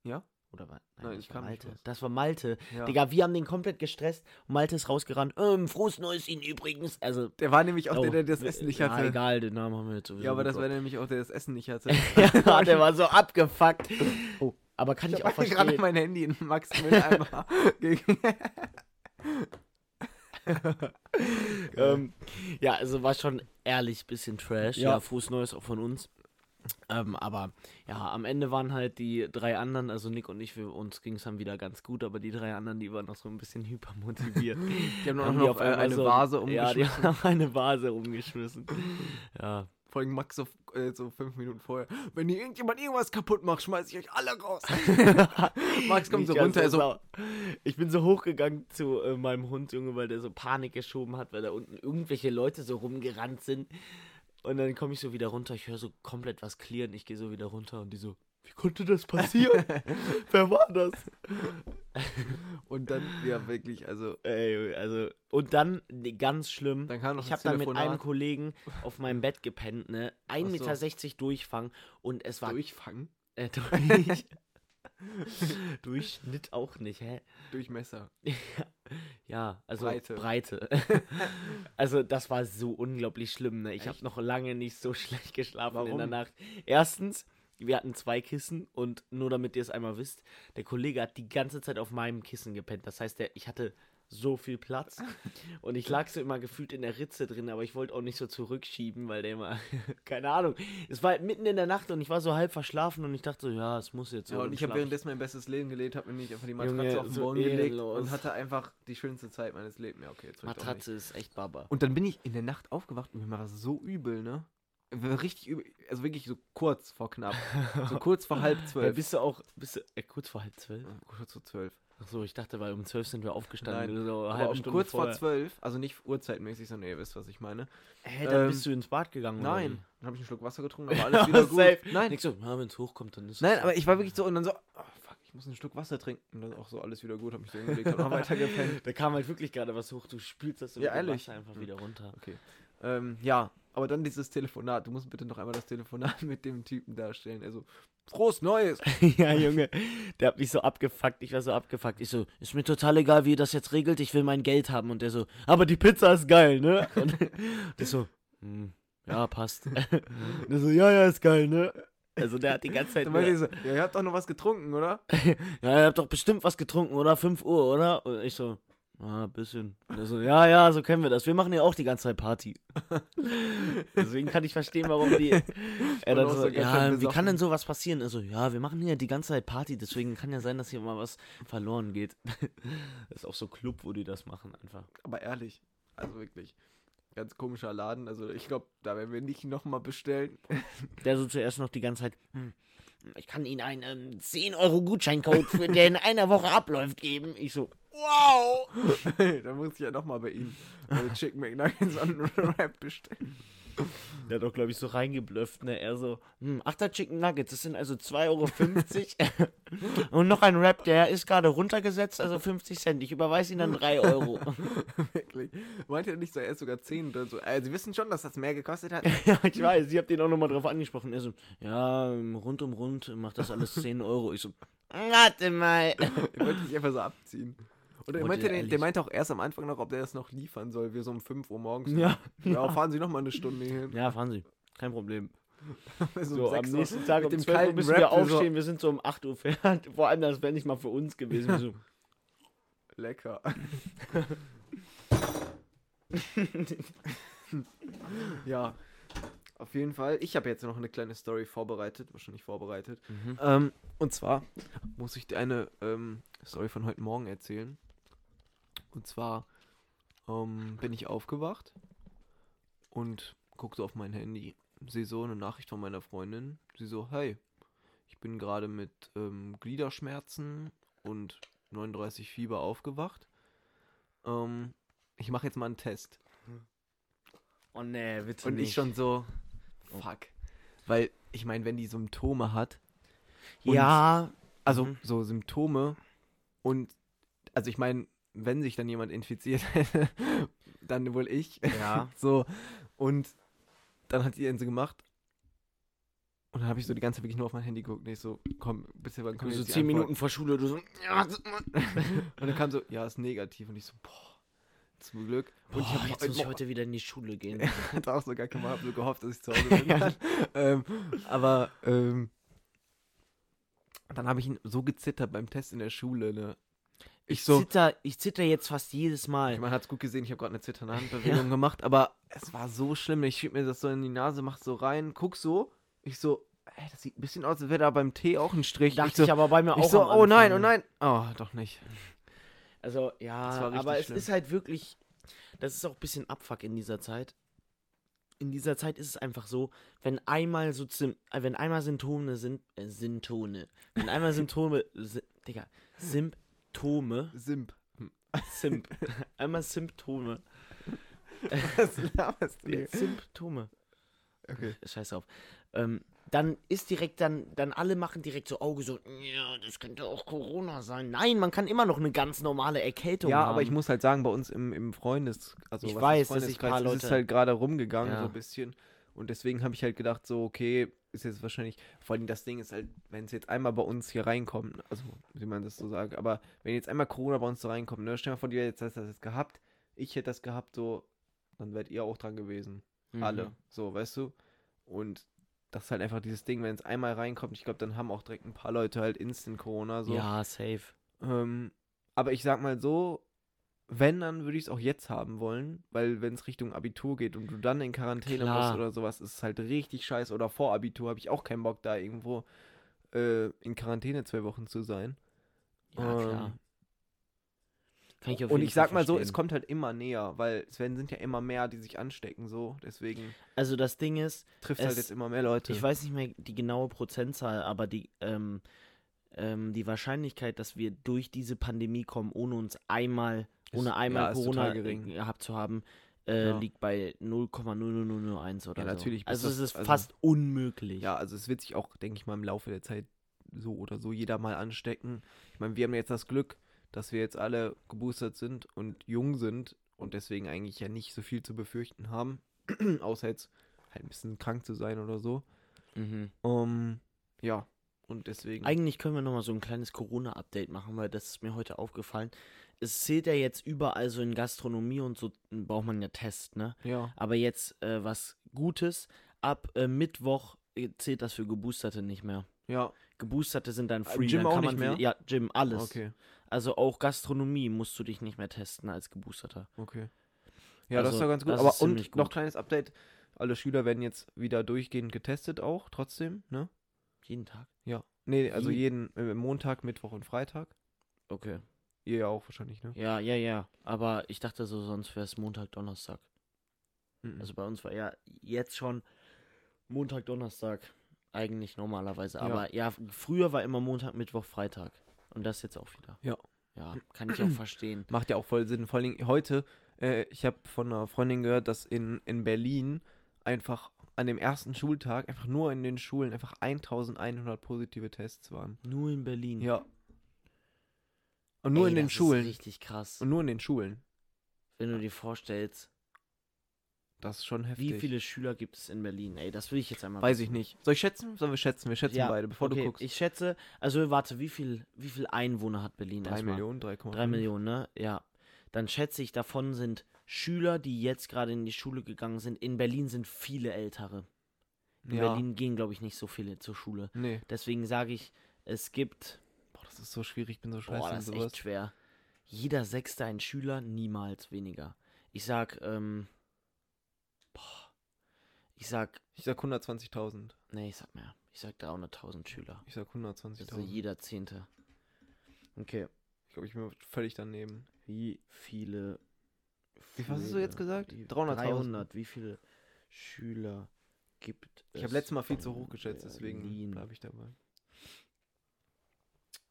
Speaker 1: Ja?
Speaker 2: Oder war, nein,
Speaker 1: Nein,
Speaker 2: das
Speaker 1: ich
Speaker 2: war
Speaker 1: kam nicht
Speaker 2: Malte.
Speaker 1: raus.
Speaker 2: Das war Malte.
Speaker 1: Ja.
Speaker 2: Digga, wir haben den komplett gestresst. Malte ist rausgerannt. Ähm, frohes Neues Ihnen übrigens. Also,
Speaker 1: Der war nämlich auch
Speaker 2: oh,
Speaker 1: der, der das
Speaker 2: wir-
Speaker 1: Essen nicht
Speaker 2: Ja,
Speaker 1: hatte.
Speaker 2: egal, den Namen haben wir jetzt sowieso
Speaker 1: Ja, aber das war
Speaker 2: gedroppt.
Speaker 1: nämlich auch der, das Essen nicht hatte.
Speaker 2: ja, der war so abgefuckt.
Speaker 1: Oh.
Speaker 2: Aber kann ich,
Speaker 1: ich
Speaker 2: auch
Speaker 1: habe gerade
Speaker 2: verstehen.
Speaker 1: mein Handy in Max Mülleimer gegen.
Speaker 2: ähm, ja, also war schon ehrlich bisschen Trash.
Speaker 1: Ja.
Speaker 2: Ja, frohes Neues auch von uns. Ähm, aber ja, am Ende waren halt die drei anderen, also Nick und ich, wir, uns ging es dann wieder ganz gut, aber die drei anderen, die waren noch so ein bisschen hypermotiviert.
Speaker 1: Die haben noch,
Speaker 2: Haben die
Speaker 1: noch äh,
Speaker 2: einmal
Speaker 1: eine
Speaker 2: so-
Speaker 1: Vase
Speaker 2: Ja,
Speaker 1: umgeschmissen.
Speaker 2: die haben eine Vase umgeschmissen. ja.
Speaker 1: Vor allem Max so, äh, so fünf Minuten vorher. Wenn hier irgendjemand irgendwas kaputt macht, schmeiß ich euch alle raus. Max kommt
Speaker 2: Nicht
Speaker 1: so
Speaker 2: ganz
Speaker 1: runter, er so,
Speaker 2: sauer. Ich bin so hochgegangen zu äh, meinem Hund, Junge, weil der so Panik geschoben hat, weil da unten irgendwelche Leute so rumgerannt sind. Und dann komme ich so wieder runter, ich höre so komplett was klirren, ich gehe so wieder runter und die so, wie konnte das passieren? Wer war das?
Speaker 1: Und dann, ja, wirklich, also.
Speaker 2: Ey, also, und dann, nee, ganz schlimm,
Speaker 1: Dann kam noch
Speaker 2: ich
Speaker 1: das
Speaker 2: habe dann mit
Speaker 1: Telefonat.
Speaker 2: einem Kollegen auf meinem Bett gepennt, ne, 1,60
Speaker 1: so.
Speaker 2: Meter durchfangen und es war
Speaker 1: Durchfangen?
Speaker 2: Äh, durch. Durchschnitt auch nicht, hä?
Speaker 1: Durchmesser.
Speaker 2: Ja, also
Speaker 1: Breite.
Speaker 2: Breite. also das war so unglaublich schlimm. Ne? Ich habe
Speaker 1: Echt?
Speaker 2: noch lange nicht so schlecht geschlafen in der
Speaker 1: Warum?
Speaker 2: Nacht. Erstens, wir hatten zwei Kissen und nur damit ihr es einmal wisst, der Kollege hat die ganze Zeit auf meinem Kissen gepennt. Das heißt, der, ich hatte so viel Platz und ich lag so immer gefühlt in der Ritze drin, aber ich wollte auch nicht so zurückschieben, weil der immer, keine Ahnung, es war halt mitten in der Nacht und ich war so halb verschlafen und ich dachte so, ja, es muss jetzt so.
Speaker 1: Ja, und
Speaker 2: dann
Speaker 1: ich habe
Speaker 2: schlaf
Speaker 1: währenddessen mein bestes Leben gelebt, habe mir nicht einfach die Matratze
Speaker 2: Junge,
Speaker 1: auf den
Speaker 2: so
Speaker 1: Boden gelegt
Speaker 2: ehrenlos.
Speaker 1: und hatte einfach die schönste Zeit meines Lebens. Ja, okay, jetzt will ich doch nicht.
Speaker 2: Matratze ist echt Baba.
Speaker 1: Und dann bin ich in der Nacht aufgewacht und mir war das so übel, ne? War Richtig übel, also wirklich so kurz vor knapp. So kurz vor halb
Speaker 2: Ja,
Speaker 1: zwölf.
Speaker 2: bist du auch, bist du, äh, kurz vor halb zwölf?
Speaker 1: Ja, kurz vor zwölf.
Speaker 2: Achso, ich dachte, weil um zwölf sind wir aufgestanden. Nein, so eine
Speaker 1: Aber
Speaker 2: halbe
Speaker 1: um
Speaker 2: Stunde
Speaker 1: kurz
Speaker 2: vorher.
Speaker 1: vor zwölf, also nicht uhrzeitmäßig, sondern ihr wisst, was ich meine.
Speaker 2: Hä, dann
Speaker 1: ähm,
Speaker 2: bist du ins Bad gegangen, oder
Speaker 1: Nein,
Speaker 2: wie?
Speaker 1: dann habe ich einen Schluck Wasser getrunken, aber alles wieder gut.
Speaker 2: Oh Safe.
Speaker 1: Nein,
Speaker 2: Nix so, ja, wenn es hochkommt, dann ist
Speaker 1: Nein,
Speaker 2: es
Speaker 1: aber ich war wirklich so und dann so, oh fuck, ich muss ein Stück Wasser trinken. Und dann auch so alles wieder gut, hab mich so hingelegt, hab noch weiter gepennt.
Speaker 2: Da kam halt wirklich gerade was hoch. Du spülst das so
Speaker 1: Ja,
Speaker 2: mit dem
Speaker 1: ehrlich.
Speaker 2: Wasser einfach
Speaker 1: Mhm.
Speaker 2: wieder runter.
Speaker 1: Ähm, ja, aber dann dieses Telefonat. Du musst bitte noch einmal das Telefonat mit dem Typen darstellen. Also, Prost Neues!
Speaker 2: ja, Junge, der hat mich so abgefuckt. Ich war so abgefuckt. Ich so, ist mir total egal, wie ihr das jetzt regelt. Ich will mein Geld haben. Und der so, aber die Pizza ist geil, ne? Und der so, hm, ja, passt. Und der so, ja, ja, ist geil, ne? Also der hat die ganze Zeit
Speaker 1: Dann
Speaker 2: nur-
Speaker 1: meinte ich so, ja, ihr habt doch noch was getrunken, oder?
Speaker 2: Ja, ihr habt doch bestimmt was getrunken, oder? 5 Uhr, oder? Und ich so, ah, bisschen. Und er so, ja, ja, so kennen wir das. Wir machen ja auch die ganze Zeit Party. Deswegen kann ich verstehen, warum die. Er dann
Speaker 1: auch
Speaker 2: so,
Speaker 1: so ganz schön
Speaker 2: ja, wie
Speaker 1: besoffen.
Speaker 2: kann denn sowas passieren? Also, ja, wir machen ja die ganze Zeit Party, deswegen kann ja sein, dass hier mal was verloren geht. Das ist auch so Club, wo die das machen, einfach.
Speaker 1: Aber ehrlich, also wirklich. Ganz komischer Laden. Also, ich glaube, da werden wir nicht nochmal bestellen.
Speaker 2: Der so zuerst noch die ganze Zeit, hm, ich kann Ihnen einen ähm, 10-Euro-Gutscheincode, für- der in einer Woche abläuft, geben. Ich so, wow!
Speaker 1: dann muss ich ja nochmal bei ihm äh, Chicken McNuggets und Wrap bestellen.
Speaker 2: Der hat auch, glaube ich, so reingeblufft, ne? Er so, hm, Achter Chicken Nuggets, das sind also 2,50 Euro. Und noch ein Rap, der ist gerade runtergesetzt, also 50 Cent. Ich überweise Ihnen dann 3 Euro.
Speaker 1: Wirklich. Meinte er nicht so, erst sogar 10 oder so. Äh, Sie wissen schon, dass das mehr gekostet hat.
Speaker 2: ja, ich weiß, ich habe den auch nochmal drauf angesprochen. Er so, ja, ähm, rund um rund macht das alles 10 Euro. Ich so, warte mal.
Speaker 1: Er wollte dich einfach so abziehen. Und er
Speaker 2: Wollte
Speaker 1: meinte,
Speaker 2: der
Speaker 1: der,
Speaker 2: ehrlich?
Speaker 1: der meinte auch erst am Anfang noch, ob der das noch liefern soll. Wir so um 5 Uhr morgens.
Speaker 2: Ja,
Speaker 1: Ja, fahren Sie noch mal eine Stunde hin.
Speaker 2: ja, fahren Sie. Kein Problem.
Speaker 1: Wir um
Speaker 2: So, am
Speaker 1: 6 Uhr
Speaker 2: nächsten Tag
Speaker 1: mit
Speaker 2: um
Speaker 1: dem
Speaker 2: 12 Uhr
Speaker 1: kalten
Speaker 2: müssen
Speaker 1: Rap
Speaker 2: wir
Speaker 1: wir so-
Speaker 2: aufstehen. Wir sind so um 8 Uhr fertig. Vor allem, das wäre nicht mal für uns gewesen. Wir so,
Speaker 1: Lecker. ja, auf jeden Fall. Ich habe jetzt noch eine kleine Story vorbereitet, wahrscheinlich vorbereitet.
Speaker 2: mhm.
Speaker 1: Ähm, und zwar muss ich dir eine ähm, Story von heute Morgen erzählen. Und zwar ähm, bin ich aufgewacht und guck so auf mein Handy. Sehe so eine Nachricht von meiner Freundin. Sie so, hey, ich bin gerade mit ähm, Gliederschmerzen und 39 Fieber aufgewacht. Ähm, ich mache jetzt mal einen Test.
Speaker 2: Oh nee, bitte
Speaker 1: Und
Speaker 2: nicht.
Speaker 1: ich schon so, fuck. Weil, ich meine, wenn die Symptome hat, und-
Speaker 2: ja,
Speaker 1: Also
Speaker 2: Mhm.
Speaker 1: so Symptome und also ich meine, wenn sich dann jemand infiziert hätte, dann wohl ich.
Speaker 2: ja.
Speaker 1: So und dann hat die dann so gemacht und dann habe ich so die ganze Zeit wirklich nur auf mein Handy geguckt. Nicht so, komm, bitte, wann
Speaker 2: Du
Speaker 1: kommt
Speaker 2: so
Speaker 1: jetzt die
Speaker 2: zehn
Speaker 1: Antwort?
Speaker 2: Minuten vor Schule, du so.
Speaker 1: Und dann kam so, ja, ist negativ und ich so, boah, zum Glück. Und ich
Speaker 2: Boah,
Speaker 1: habe
Speaker 2: jetzt muss ich heute wieder in die Schule gehen.
Speaker 1: hat auch sogar gemacht, hab so gehofft, dass ich zu Hause bin. ähm, aber ähm, dann habe ich ihn so gezittert beim Test in der Schule. Ne? Ich so,
Speaker 2: zitter, ich zitter jetzt fast jedes Mal.
Speaker 1: man hat es gut gesehen, ich habe gerade eine zitternde Handbewegung gemacht, aber es war so schlimm. Ich schieb mir das so in die Nase, mach so rein, guck so. Ich so, ey, das sieht ein bisschen aus, als wäre da beim T auch ein Strich.
Speaker 2: Dachte ich,
Speaker 1: ich so,
Speaker 2: aber bei mir auch.
Speaker 1: ich so
Speaker 2: am
Speaker 1: oh nein, oh
Speaker 2: Anfang.
Speaker 1: nein. Oh, doch nicht.
Speaker 2: Also, ja,
Speaker 1: Das war richtig
Speaker 2: aber es
Speaker 1: schlimm.
Speaker 2: ist halt wirklich. Das ist auch ein bisschen Abfuck in dieser Zeit. In dieser Zeit ist es einfach so, wenn einmal so Zim- äh, wenn einmal Symptome sind. Äh, Symptome. Wenn einmal Symptome. Si Digga. Symptome.
Speaker 1: Simp.
Speaker 2: Simp. Einmal Symptome.
Speaker 1: Was laberst du?
Speaker 2: Symptome.
Speaker 1: Okay.
Speaker 2: Scheiß auf. Ähm, dann ist direkt dann, dann alle machen direkt so Auge so, ja, das könnte auch Corona sein. Nein, man kann immer noch eine ganz normale Erkältung
Speaker 1: Ja,
Speaker 2: haben.
Speaker 1: aber ich muss halt sagen, bei uns im, im Freundes, also
Speaker 2: Ich
Speaker 1: was
Speaker 2: weiß,
Speaker 1: das
Speaker 2: dass ich paar
Speaker 1: Freundeskreis ist, ist
Speaker 2: Leute-
Speaker 1: es halt gerade rumgegangen
Speaker 2: Ja.
Speaker 1: so ein bisschen Und deswegen habe ich halt gedacht, so, okay, ist jetzt wahrscheinlich, vor allem das Ding ist halt, wenn es jetzt einmal bei uns hier reinkommt, also wie man das so sagt, aber wenn jetzt einmal Corona bei uns so reinkommt, ne, stell dir mal vor, die hätten das jetzt gehabt, ich hätte das gehabt, so, dann wärt ihr auch dran gewesen.
Speaker 2: Mhm.
Speaker 1: Alle. So, weißt du? Und das ist halt einfach dieses Ding, wenn es einmal reinkommt, ich glaube, dann haben auch direkt ein paar Leute halt Instant Corona. So.
Speaker 2: Ja, safe.
Speaker 1: Ähm, aber ich sag mal so, wenn, dann würde ich es auch jetzt haben wollen, weil wenn es Richtung Abitur geht und du dann in Quarantäne
Speaker 2: Klar.
Speaker 1: musst oder sowas, ist es halt richtig scheiße. Oder vor Abitur habe ich auch keinen Bock, da irgendwo äh, in Quarantäne zwei Wochen zu sein.
Speaker 2: Ja,
Speaker 1: Ähm,
Speaker 2: klar. Kann ich auf
Speaker 1: und
Speaker 2: jeden
Speaker 1: ich
Speaker 2: Fall
Speaker 1: sag mal so, es
Speaker 2: verstehen.
Speaker 1: kommt halt immer näher, weil es werden, sind ja immer mehr, die sich anstecken, so. Deswegen
Speaker 2: Also das Ding ist,
Speaker 1: trifft es halt
Speaker 2: Es-
Speaker 1: jetzt immer mehr Leute.
Speaker 2: ich weiß nicht mehr die genaue Prozentzahl, aber die, ähm, ähm, die Wahrscheinlichkeit, dass wir durch diese Pandemie kommen, ohne uns einmal,
Speaker 1: Ist-
Speaker 2: ohne einmal
Speaker 1: ja, ist
Speaker 2: Corona
Speaker 1: total gering.
Speaker 2: gehabt zu haben, äh,
Speaker 1: Ja.
Speaker 2: liegt bei 0,00001 oder
Speaker 1: Ja, natürlich,
Speaker 2: so.
Speaker 1: bis
Speaker 2: Also es
Speaker 1: das-
Speaker 2: ist
Speaker 1: also-
Speaker 2: fast unmöglich.
Speaker 1: Ja, also es wird sich auch, denke ich mal, im Laufe der Zeit so oder so jeder mal anstecken. Ich meine, wir haben jetzt das Glück, dass wir jetzt alle geboostert sind und jung sind und deswegen eigentlich ja nicht so viel zu befürchten haben, außer jetzt halt ein bisschen krank zu sein oder so.
Speaker 2: Mhm.
Speaker 1: Ähm, ja, und deswegen.
Speaker 2: Eigentlich können wir nochmal so ein kleines Corona-Update machen, weil das ist mir heute aufgefallen. Es zählt ja jetzt überall so in Gastronomie und so m, braucht man ja Test, ne?
Speaker 1: ja,
Speaker 2: Aber jetzt äh, was Gutes. Ab äh, Mittwoch äh, zählt das für Geboosterte nicht mehr.
Speaker 1: ja,
Speaker 2: Geboosterte sind dann
Speaker 1: Äh,
Speaker 2: free.
Speaker 1: Gym
Speaker 2: dann
Speaker 1: auch
Speaker 2: kann
Speaker 1: nicht
Speaker 2: man
Speaker 1: mehr?
Speaker 2: sie- Ja, Gym, alles.
Speaker 1: okay,
Speaker 2: Also auch Gastronomie musst du dich nicht mehr testen als Geboosterter.
Speaker 1: okay. Ja, das ist
Speaker 2: Also,
Speaker 1: doch ganz gut.
Speaker 2: das
Speaker 1: Aber
Speaker 2: ist ziemlich
Speaker 1: und noch
Speaker 2: gut.
Speaker 1: kleines Update: Alle Schüler werden jetzt wieder durchgehend getestet, auch trotzdem, ne?
Speaker 2: Jeden Tag.
Speaker 1: Ja. Nee, also
Speaker 2: Wie?
Speaker 1: jeden äh, Montag, Mittwoch und Freitag.
Speaker 2: Okay.
Speaker 1: Ihr ja auch wahrscheinlich, ne?
Speaker 2: Ja, ja, ja. Aber ich dachte so, sonst wäre es Montag, Donnerstag.
Speaker 1: Mhm.
Speaker 2: Also bei uns war ja jetzt schon Montag, Donnerstag eigentlich normalerweise.
Speaker 1: Ja.
Speaker 2: Aber ja, früher war immer Montag, Mittwoch, Freitag. Und das jetzt auch wieder.
Speaker 1: Ja.
Speaker 2: Ja, kann ich auch verstehen.
Speaker 1: Macht ja auch voll Sinn. Vor allem heute, äh, ich habe von einer Freundin gehört, dass in, in Berlin einfach an dem ersten Schultag, einfach nur in den Schulen, einfach 1100 positive Tests waren.
Speaker 2: Nur in Berlin.
Speaker 1: Ja. Und nur
Speaker 2: Ey,
Speaker 1: in den
Speaker 2: das Ist
Speaker 1: Schulen.
Speaker 2: richtig krass.
Speaker 1: Und nur in den Schulen.
Speaker 2: Wenn du dir vorstellst,
Speaker 1: Das ist schon heftig.
Speaker 2: wie viele Schüler gibt es in Berlin? Ey, das will ich jetzt einmal.
Speaker 1: Weiß ich nicht. Soll ich schätzen? Sollen wir schätzen? Wir schätzen
Speaker 2: Ja,
Speaker 1: beide, bevor
Speaker 2: okay,
Speaker 1: du guckst.
Speaker 2: Ich schätze, also warte, wie viel, wie viel Einwohner hat Berlin?
Speaker 1: 3
Speaker 2: erstmal?
Speaker 1: Millionen, 3,5.
Speaker 2: Drei Millionen, ne? Ja. Dann schätze ich, davon sind Schüler, die jetzt gerade in die Schule gegangen sind. In Berlin sind viele Ältere. In
Speaker 1: Ja.
Speaker 2: Berlin gehen, glaube ich, nicht so viele zur Schule.
Speaker 1: Nee.
Speaker 2: Deswegen sage ich, es gibt.
Speaker 1: Boah, das ist so schwierig. Ich bin so
Speaker 2: Boah,
Speaker 1: scheiße in
Speaker 2: das ist
Speaker 1: sowas.
Speaker 2: echt schwer. Jeder Sechste ein Schüler, niemals weniger. Ich sag, ähm. Boah. Ich sag,
Speaker 1: Ich sag 120.000.
Speaker 2: nee, ich sag mehr. Ich sag 300.000 Schüler.
Speaker 1: Ich sag 120.000.
Speaker 2: Also jeder Zehnte. Okay.
Speaker 1: Ich glaube, ich bin völlig daneben.
Speaker 2: Wie viele.
Speaker 1: Wie- was hast du jetzt
Speaker 2: Flüge-
Speaker 1: gesagt?
Speaker 2: wie-
Speaker 1: 300.000?
Speaker 2: 300. Wie viele Schüler gibt es?
Speaker 1: Ich habe letztes Mal viel zu
Speaker 2: in
Speaker 1: hoch geschätzt, deswegen
Speaker 2: Berlin?
Speaker 1: bleibe ich dabei.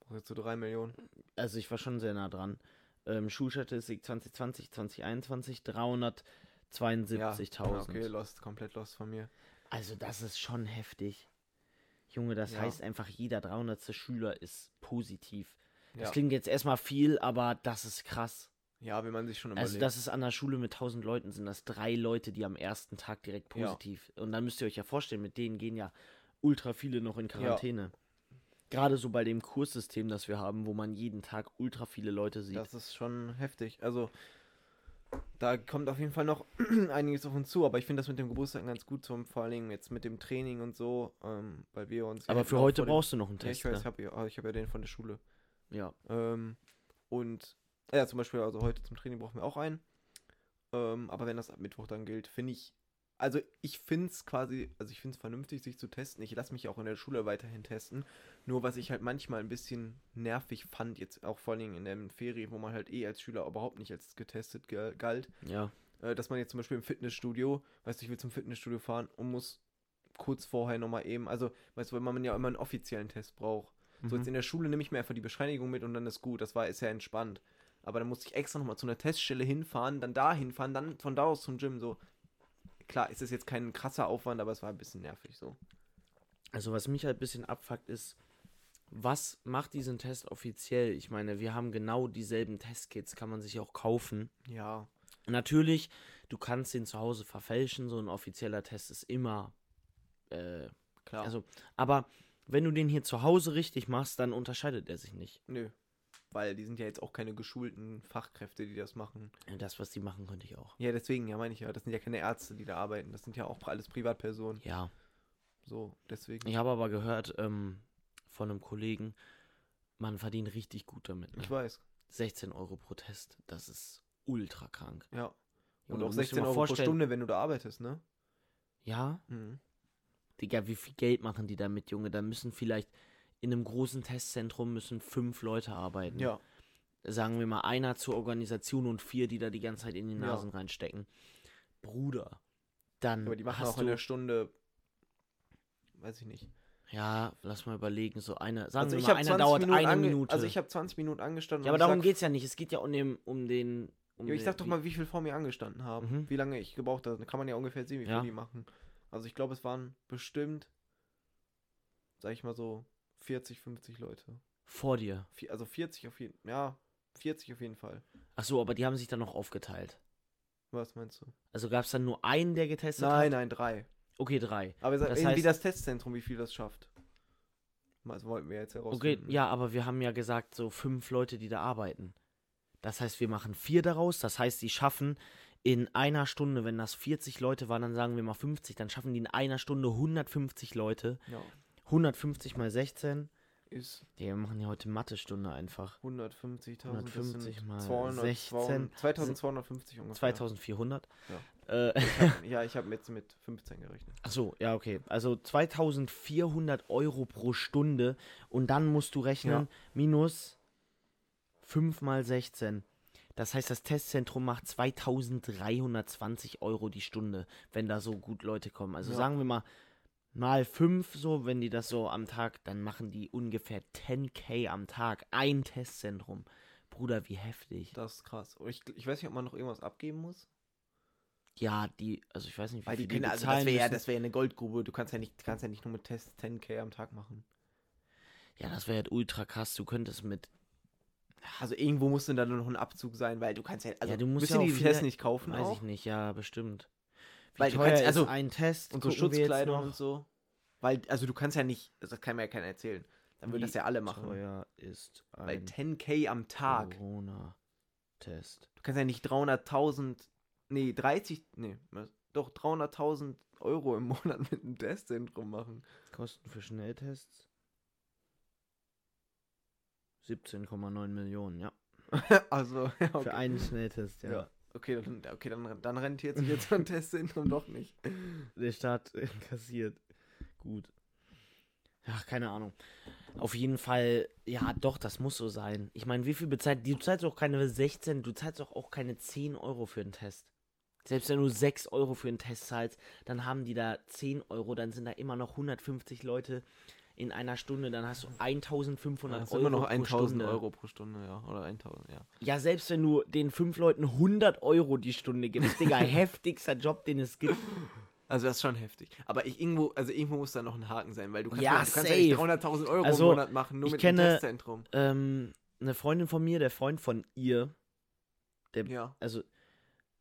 Speaker 1: Also zu 3 Millionen.
Speaker 2: Also, ich war schon sehr nah dran. Ähm, Schulstatistik 2020, 2021, 372.000.
Speaker 1: Ja, okay, lost, komplett lost von mir.
Speaker 2: Also, das ist schon heftig. Junge, das
Speaker 1: Ja.
Speaker 2: heißt einfach, jeder 300. Schüler ist positiv. Das
Speaker 1: Ja.
Speaker 2: klingt jetzt erstmal viel, aber das ist krass.
Speaker 1: Ja, wenn man sich schon überlegt.
Speaker 2: Also das ist an der Schule mit 1000 Leuten, sind das drei Leute, die am ersten Tag direkt
Speaker 1: Ja.
Speaker 2: positiv. Und dann müsst ihr euch ja vorstellen, mit denen gehen ja ultra viele noch in Quarantäne. Gerade so bei dem Kurssystem, das wir haben, wo man jeden Tag ultra viele Leute sieht.
Speaker 1: das ist schon heftig. Also da kommt auf jeden Fall noch einiges auf uns zu, aber ich finde das mit dem Geburtstag ganz gut, zum, vor allen Dingen jetzt mit dem Training und so, ähm, weil wir uns.
Speaker 2: Aber
Speaker 1: ja
Speaker 2: für
Speaker 1: noch
Speaker 2: heute
Speaker 1: vor dem-
Speaker 2: brauchst du noch einen
Speaker 1: ja,
Speaker 2: Test.
Speaker 1: ich weiß, ich
Speaker 2: ne?
Speaker 1: habe ja, oh, ich hab ja den von der Schule.
Speaker 2: ja.
Speaker 1: Ähm, und ja, zum Beispiel, also heute zum Training brauchen wir auch einen. Ähm, aber wenn das ab Mittwoch dann gilt, finde ich, also ich finde es quasi, also ich finde es vernünftig, sich zu testen. Ich lasse mich auch in der Schule weiterhin testen. Nur was ich halt manchmal ein bisschen nervig fand, jetzt auch vor allen Dingen in den Ferien, wo man halt eh als Schüler überhaupt nicht als getestet ge- galt,
Speaker 2: ja.
Speaker 1: äh, dass man jetzt zum Beispiel im Fitnessstudio, weißt du, ich will zum Fitnessstudio fahren und muss kurz vorher nochmal eben, also, weißt du, weil man ja immer einen offiziellen Test braucht. So, jetzt in der Schule nehme ich mir einfach die Bescheinigung mit und dann ist gut. Das war, ist ja entspannt. Aber dann musste ich extra nochmal zu einer Teststelle hinfahren, dann da hinfahren, dann von da aus zum Gym. So, klar, es ist jetzt kein krasser Aufwand, aber es war ein bisschen nervig so.
Speaker 2: Also was mich halt ein bisschen abfuckt ist, was macht diesen Test offiziell? Ich meine, wir haben genau dieselben Testkits, kann man sich auch kaufen.
Speaker 1: Ja.
Speaker 2: Natürlich, du kannst den zu Hause verfälschen, so ein offizieller Test ist immer. Äh,
Speaker 1: Klar.
Speaker 2: Also, aber wenn du den hier zu Hause richtig machst, dann unterscheidet er sich nicht.
Speaker 1: Nö. Weil die sind ja jetzt auch keine geschulten Fachkräfte, die das machen.
Speaker 2: Und Das, was die machen, könnte ich auch.
Speaker 1: Ja, deswegen, ja, meine ich ja. Das sind ja keine Ärzte, die da arbeiten. Das sind ja auch alles Privatpersonen.
Speaker 2: Ja.
Speaker 1: So, deswegen.
Speaker 2: Ich habe aber gehört ähm, von einem Kollegen, man verdient richtig gut damit. Ne?
Speaker 1: Ich weiß.
Speaker 2: 16 Euro pro Test, das ist ultra krank.
Speaker 1: Ja.
Speaker 2: Junge,
Speaker 1: Und
Speaker 2: du
Speaker 1: auch
Speaker 2: musst dir
Speaker 1: 16
Speaker 2: mal
Speaker 1: Euro pro
Speaker 2: vorstellen-
Speaker 1: Stunde, wenn du da arbeitest, ne?
Speaker 2: Ja,
Speaker 1: Mhm.
Speaker 2: Digga, wie viel Geld machen die damit, Junge? Da müssen vielleicht in einem großen Testzentrum müssen fünf Leute arbeiten.
Speaker 1: Ja.
Speaker 2: Sagen wir mal, einer zur Organisation und vier, die da die ganze Zeit in die
Speaker 1: Ja.
Speaker 2: Nasen reinstecken. Bruder, dann
Speaker 1: Aber die machen
Speaker 2: hast
Speaker 1: auch in
Speaker 2: du,
Speaker 1: der Stunde. Weiß ich nicht.
Speaker 2: ja, lass mal überlegen, so eine, sagen
Speaker 1: also,
Speaker 2: wir
Speaker 1: ich
Speaker 2: mal,
Speaker 1: habe
Speaker 2: einer
Speaker 1: 20
Speaker 2: dauert
Speaker 1: Minuten
Speaker 2: eine
Speaker 1: ange-
Speaker 2: Minute.
Speaker 1: Also, ich habe 20 Minuten angestanden.
Speaker 2: ja,
Speaker 1: und
Speaker 2: aber
Speaker 1: ich
Speaker 2: darum
Speaker 1: sag-
Speaker 2: geht's ja nicht, es geht ja um den, um den, um
Speaker 1: Ja, ich
Speaker 2: den-
Speaker 1: sag doch mal, wie viel vor mir angestanden haben.
Speaker 2: Mhm.
Speaker 1: Wie lange ich gebraucht habe. Dann kann man ja ungefähr sehen, wie viel
Speaker 2: Ja.
Speaker 1: die machen. Also ich glaube, es waren bestimmt, sag ich mal so, 40, 50 Leute.
Speaker 2: vor dir.
Speaker 1: Vi- Also 40 auf jeden Ja, 40 auf jeden Fall.
Speaker 2: Ach so, aber die haben sich dann noch aufgeteilt.
Speaker 1: Was meinst du?
Speaker 2: Also gab's dann nur einen, der getestet hat?
Speaker 1: Nein, nein, drei.
Speaker 2: Okay, drei.
Speaker 1: Aber
Speaker 2: Das
Speaker 1: das irgendwie
Speaker 2: heißt-
Speaker 1: das Testzentrum, wie viel das schafft. Das wollten wir jetzt
Speaker 2: Okay,
Speaker 1: herausfinden.
Speaker 2: ja, aber wir haben ja gesagt, so fünf Leute, die da arbeiten. Das heißt, wir machen vier daraus. Das heißt, die schaffen in einer Stunde, wenn das 40 Leute waren, dann sagen wir mal 50, dann schaffen die in einer Stunde 150 Leute.
Speaker 1: ja.
Speaker 2: 150 mal 16.
Speaker 1: Ist
Speaker 2: Digga, wir machen ja heute Mathe-Stunde einfach.
Speaker 1: 150.000. das
Speaker 2: 150
Speaker 1: sind
Speaker 2: mal
Speaker 1: 200,
Speaker 2: 16
Speaker 1: 2250 ungefähr.
Speaker 2: 2400. Äh,
Speaker 1: Ja, ich habe jetzt mit 15 gerechnet.
Speaker 2: Ach so, ja, okay. Also 2400 Euro pro Stunde und dann musst du rechnen minus 5 mal 16. Das heißt, das Testzentrum macht 2320 Euro die Stunde, wenn da so gut Leute kommen. Also
Speaker 1: Ja.
Speaker 2: sagen wir mal mal 5 so, wenn die das so am Tag, dann machen die ungefähr 10k am Tag. Ein Testzentrum. Bruder, wie heftig.
Speaker 1: Das ist krass. Und Ich, ich weiß nicht, ob man noch irgendwas abgeben muss.
Speaker 2: Ja, die, also ich weiß nicht, wie
Speaker 1: Weil die
Speaker 2: viel
Speaker 1: können, also das
Speaker 2: bezahlen
Speaker 1: wäre ja,
Speaker 2: müssen.
Speaker 1: das wär ja eine Goldgrube. Du kannst ja nicht, kannst ja nicht nur mit Tests 10k am Tag machen.
Speaker 2: ja, das wäre halt ultra krass. Du könntest mit
Speaker 1: Also irgendwo muss denn da noch ein Abzug sein, weil du kannst ja, also
Speaker 2: Ja, du musst
Speaker 1: müssen
Speaker 2: ja auch
Speaker 1: die die
Speaker 2: viele-
Speaker 1: Tests nicht kaufen
Speaker 2: Weiß
Speaker 1: auch?
Speaker 2: ich nicht, ja, bestimmt. Wie
Speaker 1: Weil du
Speaker 2: teuer
Speaker 1: kannst-
Speaker 2: ist
Speaker 1: also-
Speaker 2: ein Test?
Speaker 1: Und so
Speaker 2: gucken wir jetzt
Speaker 1: Schutzkleidung
Speaker 2: noch.
Speaker 1: und so. Weil, also du kannst ja nicht, also das kann mir ja keiner erzählen. Dann würden das
Speaker 2: Wie
Speaker 1: ja alle machen.
Speaker 2: Teuer Oh. ist
Speaker 1: Bei
Speaker 2: ein
Speaker 1: 10k am Tag.
Speaker 2: Corona-Test.
Speaker 1: Du kannst ja nicht 300.000, nee, 30, nee, was? doch 300.000 Euro im Monat mit einem Testzentrum machen.
Speaker 2: Kosten für Schnelltests? 17,9 Millionen, ja.
Speaker 1: also, ja, okay.
Speaker 2: Für einen Schnelltest, ja.
Speaker 1: Ja. Okay, dann, okay, dann, dann rentiert sich jetzt so ein Testzentrum doch nicht.
Speaker 2: Der Staat äh, kassiert. Gut. Ach, keine Ahnung. Auf jeden Fall, ja, doch, das muss so sein. Ich meine, wie viel bezahlt, du zahlst auch keine 16, du zahlst auch, auch keine 10 Euro für einen Test. Selbst wenn du 6 Euro für einen Test zahlst, dann haben die da 10 Euro, dann sind da immer noch 150 Leute in einer Stunde, dann hast du 1500
Speaker 1: Das ist
Speaker 2: Euro.
Speaker 1: Also immer noch
Speaker 2: pro
Speaker 1: 1000
Speaker 2: Stunde.
Speaker 1: Euro pro Stunde, ja. Oder 1000, ja.
Speaker 2: Ja, selbst wenn du den fünf Leuten 100 Euro die Stunde gibst, Digga, heftigster Job, den es gibt.
Speaker 1: Also das ist schon heftig. Aber ich irgendwo, also irgendwo muss da noch ein Haken sein, weil du kannst
Speaker 2: Ja,
Speaker 1: ja, du kannst ja nicht
Speaker 2: safe.
Speaker 1: 300.000 Euro
Speaker 2: Also,
Speaker 1: im Monat machen, nur
Speaker 2: ich
Speaker 1: mit
Speaker 2: kenne-
Speaker 1: dem Testzentrum.
Speaker 2: ähm, eine Freundin von mir, der Freund von ihr,
Speaker 1: Ja.
Speaker 2: also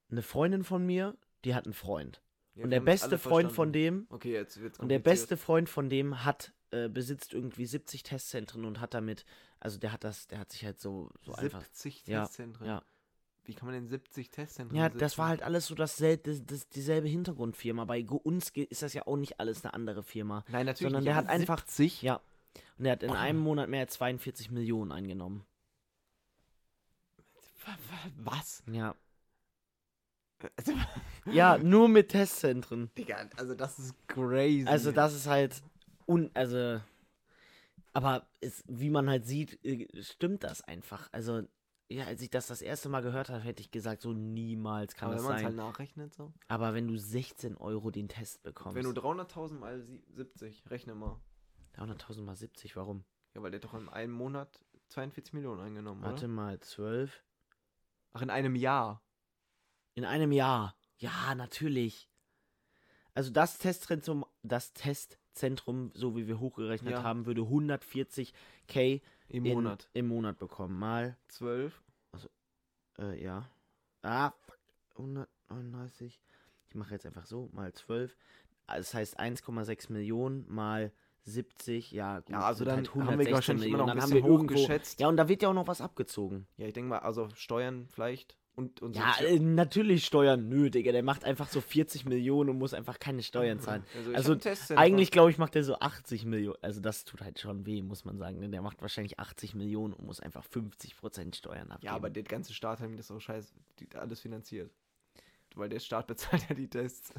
Speaker 2: eine Freundin von mir, die hat einen Freund.
Speaker 1: ja, wir
Speaker 2: und der
Speaker 1: haben es alle
Speaker 2: beste Freund von
Speaker 1: verstanden.
Speaker 2: dem,
Speaker 1: Okay, jetzt wird's
Speaker 2: und der
Speaker 1: kompliziert.
Speaker 2: beste Freund von dem hat, äh, besitzt irgendwie 70 Testzentren und hat damit, also der hat das, der hat sich halt so, so einfach.
Speaker 1: 70
Speaker 2: Ja,
Speaker 1: Testzentren.
Speaker 2: ja.
Speaker 1: Wie kann man denn 70 Testzentren
Speaker 2: Ja, das
Speaker 1: besitzen?
Speaker 2: war halt alles so dasselbe, das, das, dieselbe Hintergrundfirma. Bei ge- uns ge- ist das ja auch nicht alles eine andere Firma.
Speaker 1: Nein, natürlich
Speaker 2: sondern
Speaker 1: nicht,
Speaker 2: der
Speaker 1: aber
Speaker 2: hat einfach-
Speaker 1: 70?
Speaker 2: Ja. Und der hat in einem Monat mehr als 42 Millionen eingenommen.
Speaker 1: Wa- wa- Was?
Speaker 2: Ja.
Speaker 1: Also,
Speaker 2: Ja, nur mit Testzentren.
Speaker 1: Digga, also das ist crazy.
Speaker 2: Also das ist halt un also aber es, wie man halt sieht, äh, stimmt das einfach. Also ja, als ich das das erste Mal gehört habe, hätte ich gesagt, so niemals kann
Speaker 1: Aber wenn
Speaker 2: das
Speaker 1: man
Speaker 2: sein.
Speaker 1: es halt nachrechnet so.
Speaker 2: Aber wenn du 16 Euro den Test bekommst,
Speaker 1: Wenn du 300.000 mal sie- 70, rechne mal.
Speaker 2: 300.000 mal 70, warum?
Speaker 1: Ja, weil der doch in einem Monat 42 Millionen eingenommen
Speaker 2: Warte
Speaker 1: hat.
Speaker 2: mal, 12
Speaker 1: Ach, in einem Jahr.
Speaker 2: in einem Jahr. Ja, natürlich. Also das Testzentrum, das Testzentrum, so wie wir hochgerechnet
Speaker 1: Ja.
Speaker 2: haben, würde 140k
Speaker 1: Im
Speaker 2: in-
Speaker 1: Monat.
Speaker 2: im Monat bekommen mal
Speaker 1: 12.
Speaker 2: Äh, ja. Ah, fuck. 100, 31. Ich mache jetzt einfach so, mal 12. Also das heißt 1,6 Millionen mal 70, ja gut.
Speaker 1: Ja, also
Speaker 2: sind
Speaker 1: dann haben wir
Speaker 2: 116
Speaker 1: wahrscheinlich immer noch ein
Speaker 2: Millionen.
Speaker 1: bisschen hochgeschätzt.
Speaker 2: Ja, und da wird ja auch noch was abgezogen.
Speaker 1: Ja, ich denke mal, also Steuern vielleicht und, und
Speaker 2: Ja,
Speaker 1: Sozi-
Speaker 2: äh, natürlich Steuern. Nö, Digga, der macht einfach so 40 Millionen und muss einfach keine Steuern zahlen.
Speaker 1: ich
Speaker 2: also
Speaker 1: hab einen Test
Speaker 2: Eigentlich, glaube ich, macht er so 80 Millionen. Also das tut halt schon weh, muss man sagen. Denn der macht wahrscheinlich 80 Millionen und muss einfach 50% Steuern abgeben.
Speaker 1: Ja, aber der ganze Staat hat ihm das auch scheiße, die, alles finanziert. Weil der Staat bezahlt ja die Tests.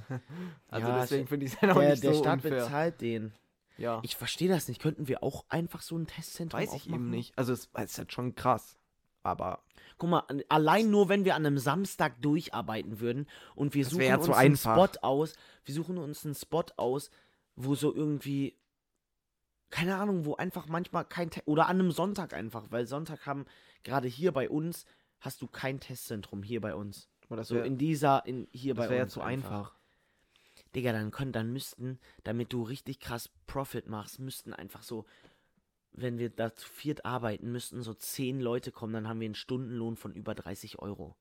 Speaker 1: Also
Speaker 2: Ja,
Speaker 1: deswegen
Speaker 2: sch-
Speaker 1: finde ich es ja auch
Speaker 2: der,
Speaker 1: nicht
Speaker 2: der
Speaker 1: so
Speaker 2: Staat
Speaker 1: unfair.
Speaker 2: bezahlt den.
Speaker 1: ja,
Speaker 2: Ich verstehe das nicht. Könnten wir auch einfach so ein Testzentrum
Speaker 1: weiß ich
Speaker 2: aufmachen?
Speaker 1: eben nicht. Also es, es ist halt schon krass. Aber
Speaker 2: Guck mal, an- allein nur, wenn wir an einem Samstag durcharbeiten würden und wir
Speaker 1: Das
Speaker 2: suchen
Speaker 1: wär ja
Speaker 2: uns
Speaker 1: zu
Speaker 2: einen Spot
Speaker 1: einfach.
Speaker 2: aus, wir suchen uns einen Spot aus, wo so irgendwie, keine Ahnung, wo einfach manchmal kein, Te oder an einem Sonntag einfach, weil Sonntag haben, gerade hier bei uns, hast du kein Testzentrum hier bei uns.
Speaker 1: aber das
Speaker 2: So
Speaker 1: wäre
Speaker 2: in dieser, in, hier bei
Speaker 1: wär
Speaker 2: uns.
Speaker 1: ja zu einfach.
Speaker 2: Digga, dann können, dann müssten, damit du richtig krass Profit machst, müssten einfach so, wenn wir da zu viert arbeiten, müssten so zehn Leute kommen, dann haben wir einen Stundenlohn von über 30 Euro.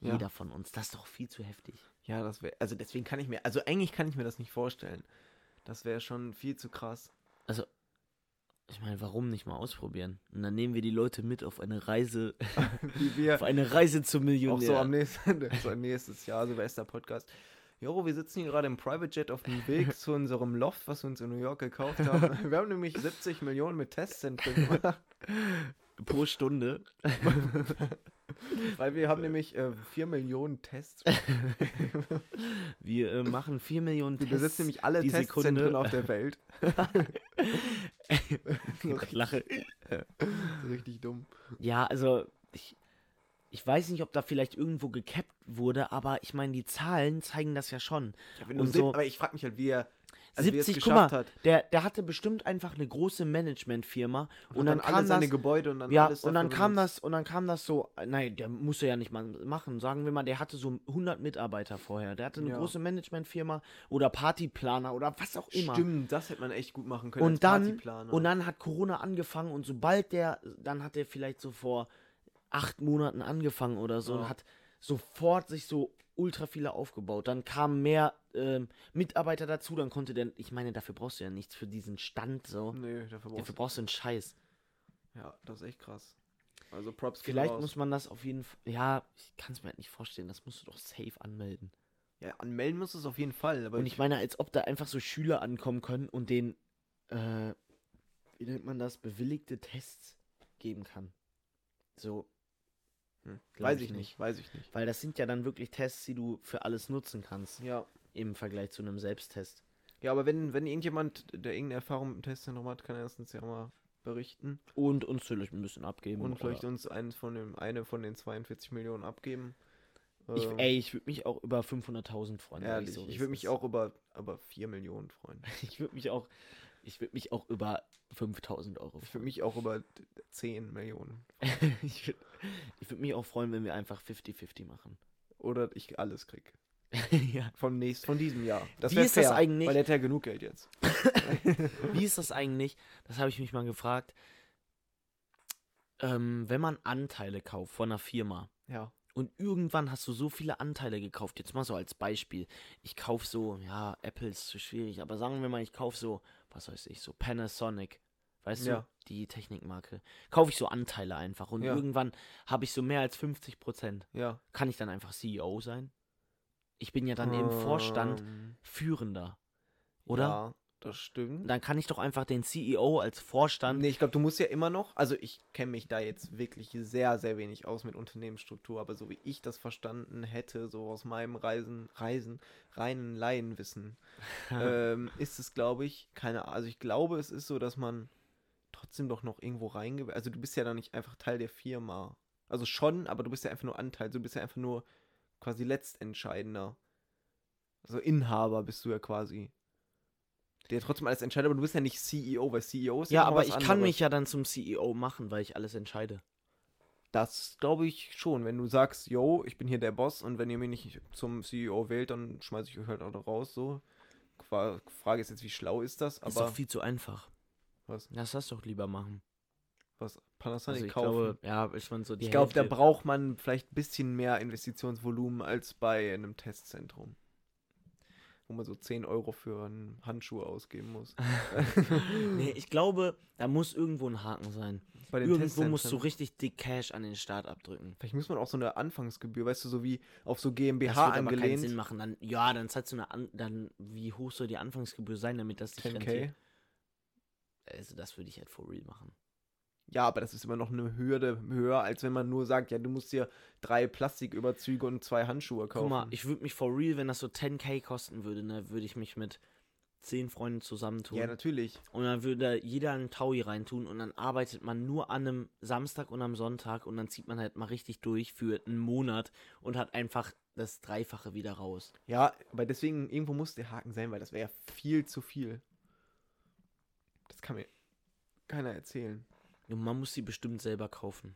Speaker 1: Ja.
Speaker 2: Jeder von uns. Das ist doch viel zu heftig.
Speaker 1: Ja, das wäre. Also deswegen kann ich mir. Also eigentlich kann ich mir das nicht vorstellen. Das wäre schon viel zu krass.
Speaker 2: Ich meine, warum nicht mal ausprobieren? Und dann nehmen wir die Leute mit auf eine Reise,
Speaker 1: Wie wir
Speaker 2: auf eine Reise zum
Speaker 1: auch
Speaker 2: Millionär.
Speaker 1: so am nächsten, so nächstes Jahr, Silvester-Podcast. Jo, wir sitzen hier gerade im Private Jet auf dem Weg zu unserem Loft, was wir uns in New York gekauft haben. Wir haben nämlich 70 Millionen mit Testzentren gemacht.
Speaker 2: Pro Stunde.
Speaker 1: Weil wir haben nämlich äh, 4 Millionen Tests.
Speaker 2: Wir äh, machen 4 Millionen
Speaker 1: Wir
Speaker 2: Tests.
Speaker 1: besitzen nämlich alle
Speaker 2: die
Speaker 1: Testzentren
Speaker 2: Sekunde.
Speaker 1: auf der Welt. so
Speaker 2: Ich lache.
Speaker 1: richtig dumm.
Speaker 2: Ja, also ich, ich weiß nicht, ob da vielleicht irgendwo gekappt wurde, aber ich meine, die Zahlen zeigen das ja schon.
Speaker 1: Und
Speaker 2: Und
Speaker 1: sieb-
Speaker 2: so
Speaker 1: aber ich frage mich halt, wie er, also wie er es
Speaker 2: 70, guck mal,
Speaker 1: geschafft hat.
Speaker 2: der, der hatte bestimmt einfach eine große Managementfirma und, dann,
Speaker 1: alle
Speaker 2: kam
Speaker 1: seine
Speaker 2: das.
Speaker 1: Gebäude und dann
Speaker 2: Ja,
Speaker 1: alles
Speaker 2: und dann
Speaker 1: davon
Speaker 2: kam
Speaker 1: benutzt.
Speaker 2: das, und dann kam das so, äh, nein, der musste ja nicht mal machen. Sagen wir mal, der hatte so 100 Mitarbeiter vorher. Der hatte eine
Speaker 1: Ja.
Speaker 2: große Managementfirma oder Partyplaner oder was auch immer.
Speaker 1: Stimmt, das hätte man echt gut machen können. als
Speaker 2: Und dann,
Speaker 1: Partyplaner.
Speaker 2: und dann hat Corona angefangen und sobald der, dann hat er vielleicht so vor acht Monaten angefangen oder so und
Speaker 1: Ja.
Speaker 2: hat sofort sich so ultra viele aufgebaut. Dann kamen mehr ähm, Mitarbeiter dazu, dann konnte der, ich meine, dafür brauchst du ja nichts für diesen Stand so.
Speaker 1: Nö, dafür brauchst
Speaker 2: Dafür brauchst du einen Scheiß.
Speaker 1: du. Ja, das ist echt krass. Also Props gehen
Speaker 2: Vielleicht
Speaker 1: raus.
Speaker 2: muss man das auf jeden Fall, ja, ich kann es mir halt nicht vorstellen, das musst du doch safe anmelden.
Speaker 1: Ja, anmelden musst du es auf jeden Fall. Aber
Speaker 2: Und ich meine, als ob da einfach so Schüler ankommen können und den, äh, wie nennt man das, bewilligte Tests geben kann. So,
Speaker 1: hm,
Speaker 2: glaub
Speaker 1: weiß
Speaker 2: ich
Speaker 1: ich nicht, weiß ich nicht.
Speaker 2: weil das sind ja dann wirklich Tests, die du für alles nutzen kannst,
Speaker 1: Ja.
Speaker 2: im Vergleich zu einem Selbsttest.
Speaker 1: Ja, aber wenn, wenn irgendjemand, der irgendeine Erfahrung mit dem Testzentrum hat, kann er erstens ja mal berichten.
Speaker 2: Und uns natürlich ein bisschen abgeben.
Speaker 1: Und
Speaker 2: oder-
Speaker 1: vielleicht uns eins von dem, eine von den 42 Millionen abgeben.
Speaker 2: ich,
Speaker 1: Ähm,
Speaker 2: ey, ich würde mich auch über 500.000 freuen. sag
Speaker 1: ehrlich,
Speaker 2: so, wie
Speaker 1: ich
Speaker 2: es
Speaker 1: würde mich
Speaker 2: ist.
Speaker 1: auch über, über 4 Millionen freuen.
Speaker 2: Ich würde mich auch. Ich würde mich auch über 5000 Euro
Speaker 1: Ich würde mich auch über d- 10 Millionen.
Speaker 2: freuen. ich würde ich würd mich auch freuen, wenn wir einfach 50-50 machen.
Speaker 1: Oder ich alles krieg.
Speaker 2: ja.
Speaker 1: Vom nächsten, von diesem Jahr.
Speaker 2: Wie
Speaker 1: wär
Speaker 2: ist das eigentlich-
Speaker 1: Weil der hat ja genug Geld jetzt.
Speaker 2: Wie ist das eigentlich? Das habe ich mich mal gefragt. Ähm, wenn man Anteile kauft von einer Firma
Speaker 1: Ja.
Speaker 2: und irgendwann hast du so viele Anteile gekauft, jetzt mal so als Beispiel. Ich kaufe so, ja, Apple ist zu schwierig, aber sagen wir mal, ich kaufe so, was weiß ich, so Panasonic. Weißt du,
Speaker 1: Ja.
Speaker 2: die Technikmarke. Kaufe ich so Anteile einfach und
Speaker 1: Ja.
Speaker 2: irgendwann habe ich so mehr als 50 Prozent.
Speaker 1: Ja.
Speaker 2: Kann ich dann einfach CEO sein? Ich bin ja dann im Vorstand
Speaker 1: Ähm,
Speaker 2: führender. Oder?
Speaker 1: Ja, das stimmt.
Speaker 2: dann kann ich doch einfach den CEO als Vorstand.
Speaker 1: Nee, ich glaube, du musst ja immer noch, also ich kenne mich da jetzt wirklich sehr, sehr wenig aus mit Unternehmensstruktur, aber so wie ich das verstanden hätte, so aus meinem Reisen, Reisen, reinen Laienwissen, ähm, ist es, glaube ich, keine Ahnung. Also ich glaube, es ist so, dass man trotzdem doch noch irgendwo reingewählt. Also du bist ja dann nicht einfach Teil der Firma. Also schon, aber du bist ja einfach nur Anteil. Du bist ja einfach nur quasi letztentscheidender. Also Inhaber bist du ja quasi. Der trotzdem alles entscheidet, aber du bist ja nicht CEO, weil CEO ist
Speaker 2: ja,
Speaker 1: noch
Speaker 2: aber
Speaker 1: was
Speaker 2: ich kann
Speaker 1: anderes.
Speaker 2: mich ja dann zum CEO machen, weil ich alles entscheide.
Speaker 1: Das glaube ich schon. Wenn du sagst, yo, ich bin hier der Boss und wenn ihr mich nicht zum CEO wählt, dann schmeiße ich euch halt auch raus. So. Qua- Frage ist jetzt, wie schlau ist das?
Speaker 2: ist doch
Speaker 1: Aber
Speaker 2: viel zu einfach.
Speaker 1: was,
Speaker 2: Lass das doch lieber machen.
Speaker 1: was Panasonic
Speaker 2: Also ich
Speaker 1: kaufen.
Speaker 2: glaube, ja, ich meine so die
Speaker 1: ich glaube, da
Speaker 2: Hälfte-
Speaker 1: braucht man vielleicht ein bisschen mehr Investitionsvolumen als bei einem Testzentrum. Wo man so 10 Euro für einen Handschuh ausgeben muss.
Speaker 2: nee, ich glaube, da muss irgendwo ein Haken sein.
Speaker 1: Bei den
Speaker 2: Irgendwo musst du
Speaker 1: Testzentren-
Speaker 2: richtig dick Cash an den Start abdrücken.
Speaker 1: Vielleicht muss man auch so eine Anfangsgebühr, weißt du, so wie auf so
Speaker 2: Das
Speaker 1: GmbH
Speaker 2: wird aber keinen Sinn
Speaker 1: angelehnt.
Speaker 2: machen. Dann, ja, dann zahlst du eine an dann wie hoch soll die Anfangsgebühr sein, damit das sich rentiert?
Speaker 1: 10k.
Speaker 2: Also das würde ich halt for real machen.
Speaker 1: Ja, aber das ist immer noch eine Hürde höher, als wenn man nur sagt, ja, du musst dir drei Plastiküberzüge und zwei Handschuhe kaufen.
Speaker 2: Guck mal, ich würde mich for real, wenn das so 10k kosten würde, ne, würde ich mich mit 10 Freunden zusammentun.
Speaker 1: ja, natürlich.
Speaker 2: und dann würde da jeder einen Taui reintun und dann arbeitet man nur an einem Samstag und am Sonntag und dann zieht man halt mal richtig durch für einen Monat und hat einfach das Dreifache wieder raus.
Speaker 1: Ja, aber deswegen, irgendwo muss der Haken sein, weil das wäre ja viel zu viel. Das kann mir keiner erzählen.
Speaker 2: Und man muss sie bestimmt selber kaufen.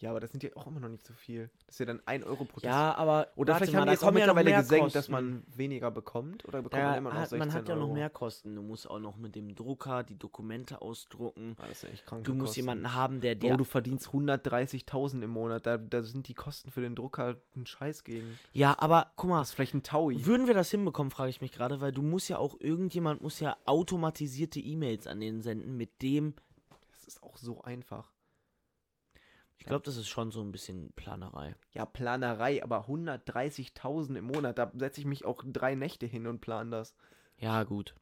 Speaker 1: Ja, aber das sind ja auch immer noch nicht so viel. Das ist ja dann 1 Euro pro Test.
Speaker 2: Ja, aber
Speaker 1: Oder
Speaker 2: warte
Speaker 1: vielleicht haben die
Speaker 2: mal, da
Speaker 1: es auch
Speaker 2: kommen ja noch
Speaker 1: mittlerweile
Speaker 2: mehr
Speaker 1: gesenkt, dass
Speaker 2: Kosten.
Speaker 1: man weniger bekommt. Oder bekommt man
Speaker 2: Da
Speaker 1: immer noch
Speaker 2: hat,
Speaker 1: 16
Speaker 2: man hat ja
Speaker 1: Euro?
Speaker 2: noch mehr Kosten. Du musst auch noch mit dem Drucker die Dokumente ausdrucken.
Speaker 1: Ah, das ist echt krank.
Speaker 2: Du musst jemanden haben, der
Speaker 1: Bro,
Speaker 2: dir.
Speaker 1: du verdienst 130.000 im Monat. Da, da sind die Kosten für den Drucker ein Scheiß gegen.
Speaker 2: Ja, aber guck mal,
Speaker 1: Das ist vielleicht ein Taui.
Speaker 2: würden wir das hinbekommen, frage ich mich gerade, weil du musst ja auch, irgendjemand muss ja automatisierte E-Mails an den senden, mit dem.
Speaker 1: Das ist auch so einfach.
Speaker 2: Ich glaube, das ist schon so ein bisschen Planerei.
Speaker 1: Ja, Planerei, aber 130.000 im Monat. Da setze ich mich auch drei Nächte hin und plan das.
Speaker 2: Ja, gut.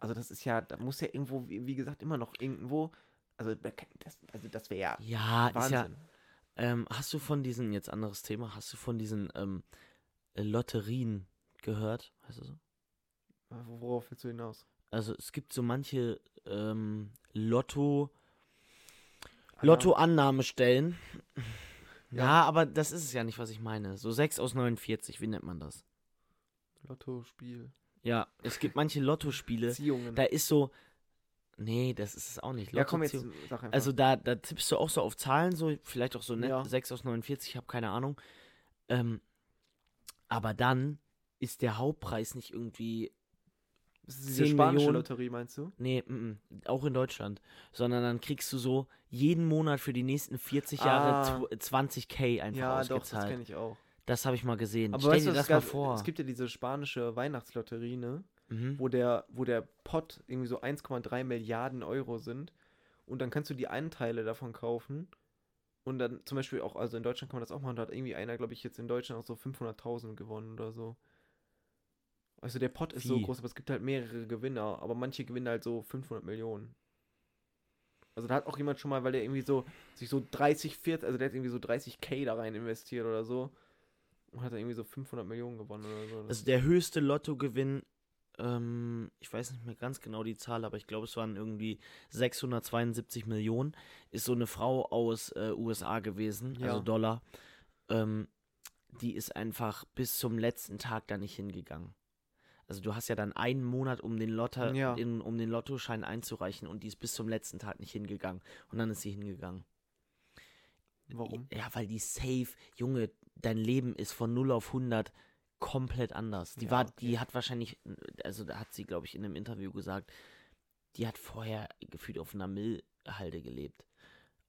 Speaker 1: Also das ist ja, da muss ja irgendwo, wie wie gesagt, immer noch irgendwo. Also da kann- das, also das wäre ja
Speaker 2: Ja, ist
Speaker 1: Wahnsinn.
Speaker 2: ja. Ähm, hast du von diesen, jetzt anderes Thema, hast du von diesen ähm, Lotterien gehört? Heißt das so?
Speaker 1: Wo- Worauf willst du hinaus?
Speaker 2: Also es gibt so manche ähm, Lotto. Lotto-Annahmestellen. Ja.
Speaker 1: Ah, Ja.
Speaker 2: aber das ist es ja nicht, was ich meine. So 6 aus 49, wie nennt man das?
Speaker 1: Lottospiel.
Speaker 2: Ja, es gibt manche Lottospiele,
Speaker 1: Beziehungen.
Speaker 2: da ist so. Nee, das ist es auch nicht.
Speaker 1: ja, komm jetzt,
Speaker 2: Lottoziehung.
Speaker 1: sag einfach.
Speaker 2: Also da, da tippst du auch so auf Zahlen, so vielleicht auch so ne,
Speaker 1: Ja.
Speaker 2: 6 aus 49, ich habe keine Ahnung. Ähm, aber dann ist der Hauptpreis nicht irgendwie
Speaker 1: das ist diese
Speaker 2: 10
Speaker 1: spanische
Speaker 2: Millionen.
Speaker 1: Lotterie, meinst du?
Speaker 2: Nee, mm, mm, auch in Deutschland. Sondern dann kriegst du so jeden Monat für die nächsten 40 Jahre
Speaker 1: Ah.
Speaker 2: tw- 20k einfach
Speaker 1: ja, doch, das
Speaker 2: ausgezahlt.
Speaker 1: kenne ich auch.
Speaker 2: das habe ich mal gesehen.
Speaker 1: Aber
Speaker 2: Stell
Speaker 1: weißt
Speaker 2: dir
Speaker 1: du,
Speaker 2: das
Speaker 1: es,
Speaker 2: mal
Speaker 1: gab,
Speaker 2: vor.
Speaker 1: es gibt ja diese spanische Weihnachtslotterie, ne?
Speaker 2: mhm.
Speaker 1: Wo der, wo der Pot irgendwie so 1,3 Milliarden Euro sind. Und dann kannst du die Anteile davon kaufen. Und dann zum Beispiel auch, also in Deutschland kann man das auch machen. Da hat irgendwie einer, glaube ich, jetzt in Deutschland auch so 500.000 gewonnen oder so. Also der Pot ist so
Speaker 2: Wie?
Speaker 1: groß, aber es gibt halt mehrere Gewinner. Aber manche gewinnen halt so 500 Millionen. Also da hat auch jemand schon mal, weil der irgendwie so sich so 30, 40, also der hat irgendwie so 30k da rein investiert oder so. Und hat dann irgendwie so 500 Millionen gewonnen oder so. Das-
Speaker 2: Also der höchste Lottogewinn, ähm, ich weiß nicht mehr ganz genau die Zahl, aber ich glaube, es waren irgendwie 672 Millionen, ist so eine Frau aus äh, USA gewesen,
Speaker 1: Ja.
Speaker 2: also Dollar. Ähm, die ist einfach bis zum letzten Tag da nicht hingegangen. Also du hast ja dann einen Monat, um den, Lotter,
Speaker 1: Ja.
Speaker 2: in, um den Lottoschein einzureichen und die ist bis zum letzten Tag nicht hingegangen. Und dann ist sie hingegangen.
Speaker 1: Warum?
Speaker 2: Ja, weil die safe, Junge, dein Leben ist von 0 auf 100 komplett anders. Die
Speaker 1: Ja,
Speaker 2: war,
Speaker 1: okay.
Speaker 2: die hat wahrscheinlich, also da hat sie, glaube ich, in einem Interview gesagt, die hat vorher gefühlt auf einer Müllhalde gelebt.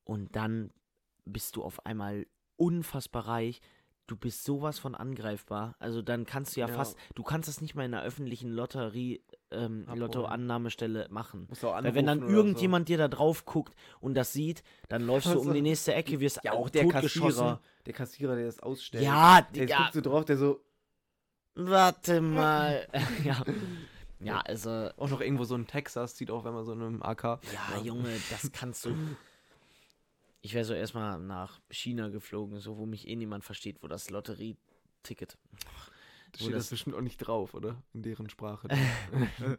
Speaker 2: Und dann bist du auf einmal unfassbar reich. Du bist sowas von angreifbar. Also dann kannst du ja,
Speaker 1: Ja.
Speaker 2: fast, du kannst das nicht mal in einer öffentlichen Lotterie, ähm,
Speaker 1: Abholen.
Speaker 2: Lottoannahmestelle machen.
Speaker 1: Musst du auch
Speaker 2: Weil wenn dann
Speaker 1: anrufen oder so.
Speaker 2: irgendjemand dir da drauf guckt und das sieht, dann läufst du
Speaker 1: Also,
Speaker 2: um die nächste Ecke, wirst äh,
Speaker 1: Ja, auch der
Speaker 2: totgeschossen.
Speaker 1: Kassierer. Der Kassierer, der das ausstellt.
Speaker 2: Ja,
Speaker 1: Der
Speaker 2: Digga,
Speaker 1: guckt so drauf, der so
Speaker 2: warte mal. ja. ja, also,
Speaker 1: auch noch irgendwo so ein Texas sieht, auch wenn man so in einem AK.
Speaker 2: ja, Junge, das kannst du. Ich wäre so erstmal nach China geflogen, so wo mich eh niemand versteht, wo das Lotterieticket.
Speaker 1: Da
Speaker 2: Wo
Speaker 1: Steht das,
Speaker 2: das-
Speaker 1: bestimmt auch nicht drauf, oder? In deren Sprache.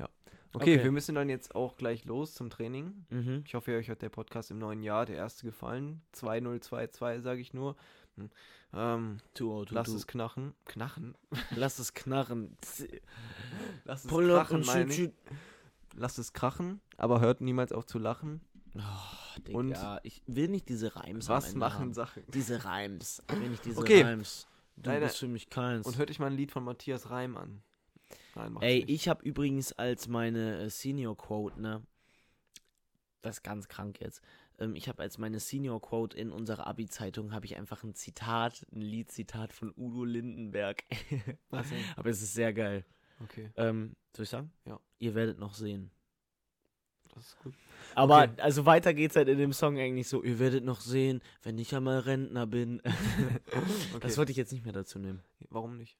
Speaker 1: ja. Okay,
Speaker 2: Okay.
Speaker 1: wir müssen dann jetzt auch gleich los zum Training.
Speaker 2: Mhm.
Speaker 1: Ich hoffe, euch hat der Podcast im neuen Jahr, der erste, gefallen. 2022, sage ich nur. Hm. Ähm,
Speaker 2: Too old to
Speaker 1: lasst
Speaker 2: do.
Speaker 1: es knachen. Knachen?
Speaker 2: Lass es knarren.
Speaker 1: Lasst es
Speaker 2: Pull up
Speaker 1: krachen,
Speaker 2: und shoot,
Speaker 1: meine ich.
Speaker 2: shoot.
Speaker 1: Lasst es krachen, aber hört niemals auf zu lachen.
Speaker 2: Oh, Digga,
Speaker 1: Und-
Speaker 2: ich will nicht diese Reims am
Speaker 1: Was
Speaker 2: Ende
Speaker 1: machen
Speaker 2: haben.
Speaker 1: Sachen?
Speaker 2: Diese Reims. Wenn ich diese
Speaker 1: Okay.
Speaker 2: Reims. Du
Speaker 1: Leider-
Speaker 2: bist für mich keins.
Speaker 1: Und hört euch mal ein Lied von Matthias Reim an. Nein, macht's
Speaker 2: Ey,
Speaker 1: nicht.
Speaker 2: ich habe übrigens als meine äh, Senior Quote, ne? das ist ganz krank jetzt. Ähm, ich habe als meine Senior Quote in unserer Abi-Zeitung habe ich einfach ein Zitat, ein Lied-Zitat von Udo Lindenberg.
Speaker 1: Was denn?
Speaker 2: Aber es ist sehr geil.
Speaker 1: Okay,
Speaker 2: Ähm, soll ich sagen?
Speaker 1: Ja.
Speaker 2: Ihr werdet noch sehen.
Speaker 1: das ist gut.
Speaker 2: Aber
Speaker 1: Okay.
Speaker 2: also weiter geht's halt in dem Song eigentlich so, ihr werdet noch sehen, wenn ich einmal Rentner bin.
Speaker 1: Okay.
Speaker 2: Das wollte ich jetzt nicht mehr dazu nehmen.
Speaker 1: Warum nicht?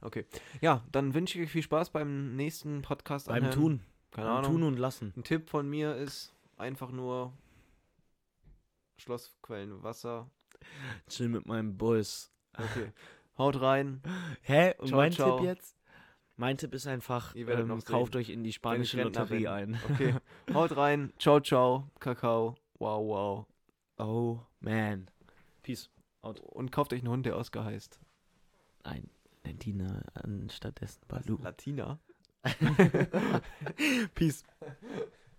Speaker 1: Okay. Ja, dann wünsche ich euch viel Spaß beim nächsten Podcast.
Speaker 2: Beim
Speaker 1: anhören.
Speaker 2: Tun.
Speaker 1: Keine
Speaker 2: Beim
Speaker 1: Ahnung.
Speaker 2: Tun und Lassen.
Speaker 1: Ein Tipp von mir ist einfach nur Schlossquellen, Wasser.
Speaker 2: Chill mit meinem Boys.
Speaker 1: Okay. Haut rein.
Speaker 2: Hä? Und
Speaker 1: Ciao,
Speaker 2: mein
Speaker 1: ciao.
Speaker 2: Tipp jetzt? Mein Tipp ist einfach,
Speaker 1: Ihr werdet noch
Speaker 2: ähm,
Speaker 1: sehen,
Speaker 2: kauft euch in die spanische
Speaker 1: Rentner
Speaker 2: Lotterie
Speaker 1: bin.
Speaker 2: ein.
Speaker 1: Okay. Haut rein. Ciao, ciao. Kakao. Wow, wow.
Speaker 2: Oh, man. Peace.
Speaker 1: Und kauft euch einen Hund, der Oscar heißt.
Speaker 2: Nein, Lentina anstattdessen Balu.
Speaker 1: Latina.
Speaker 2: Peace.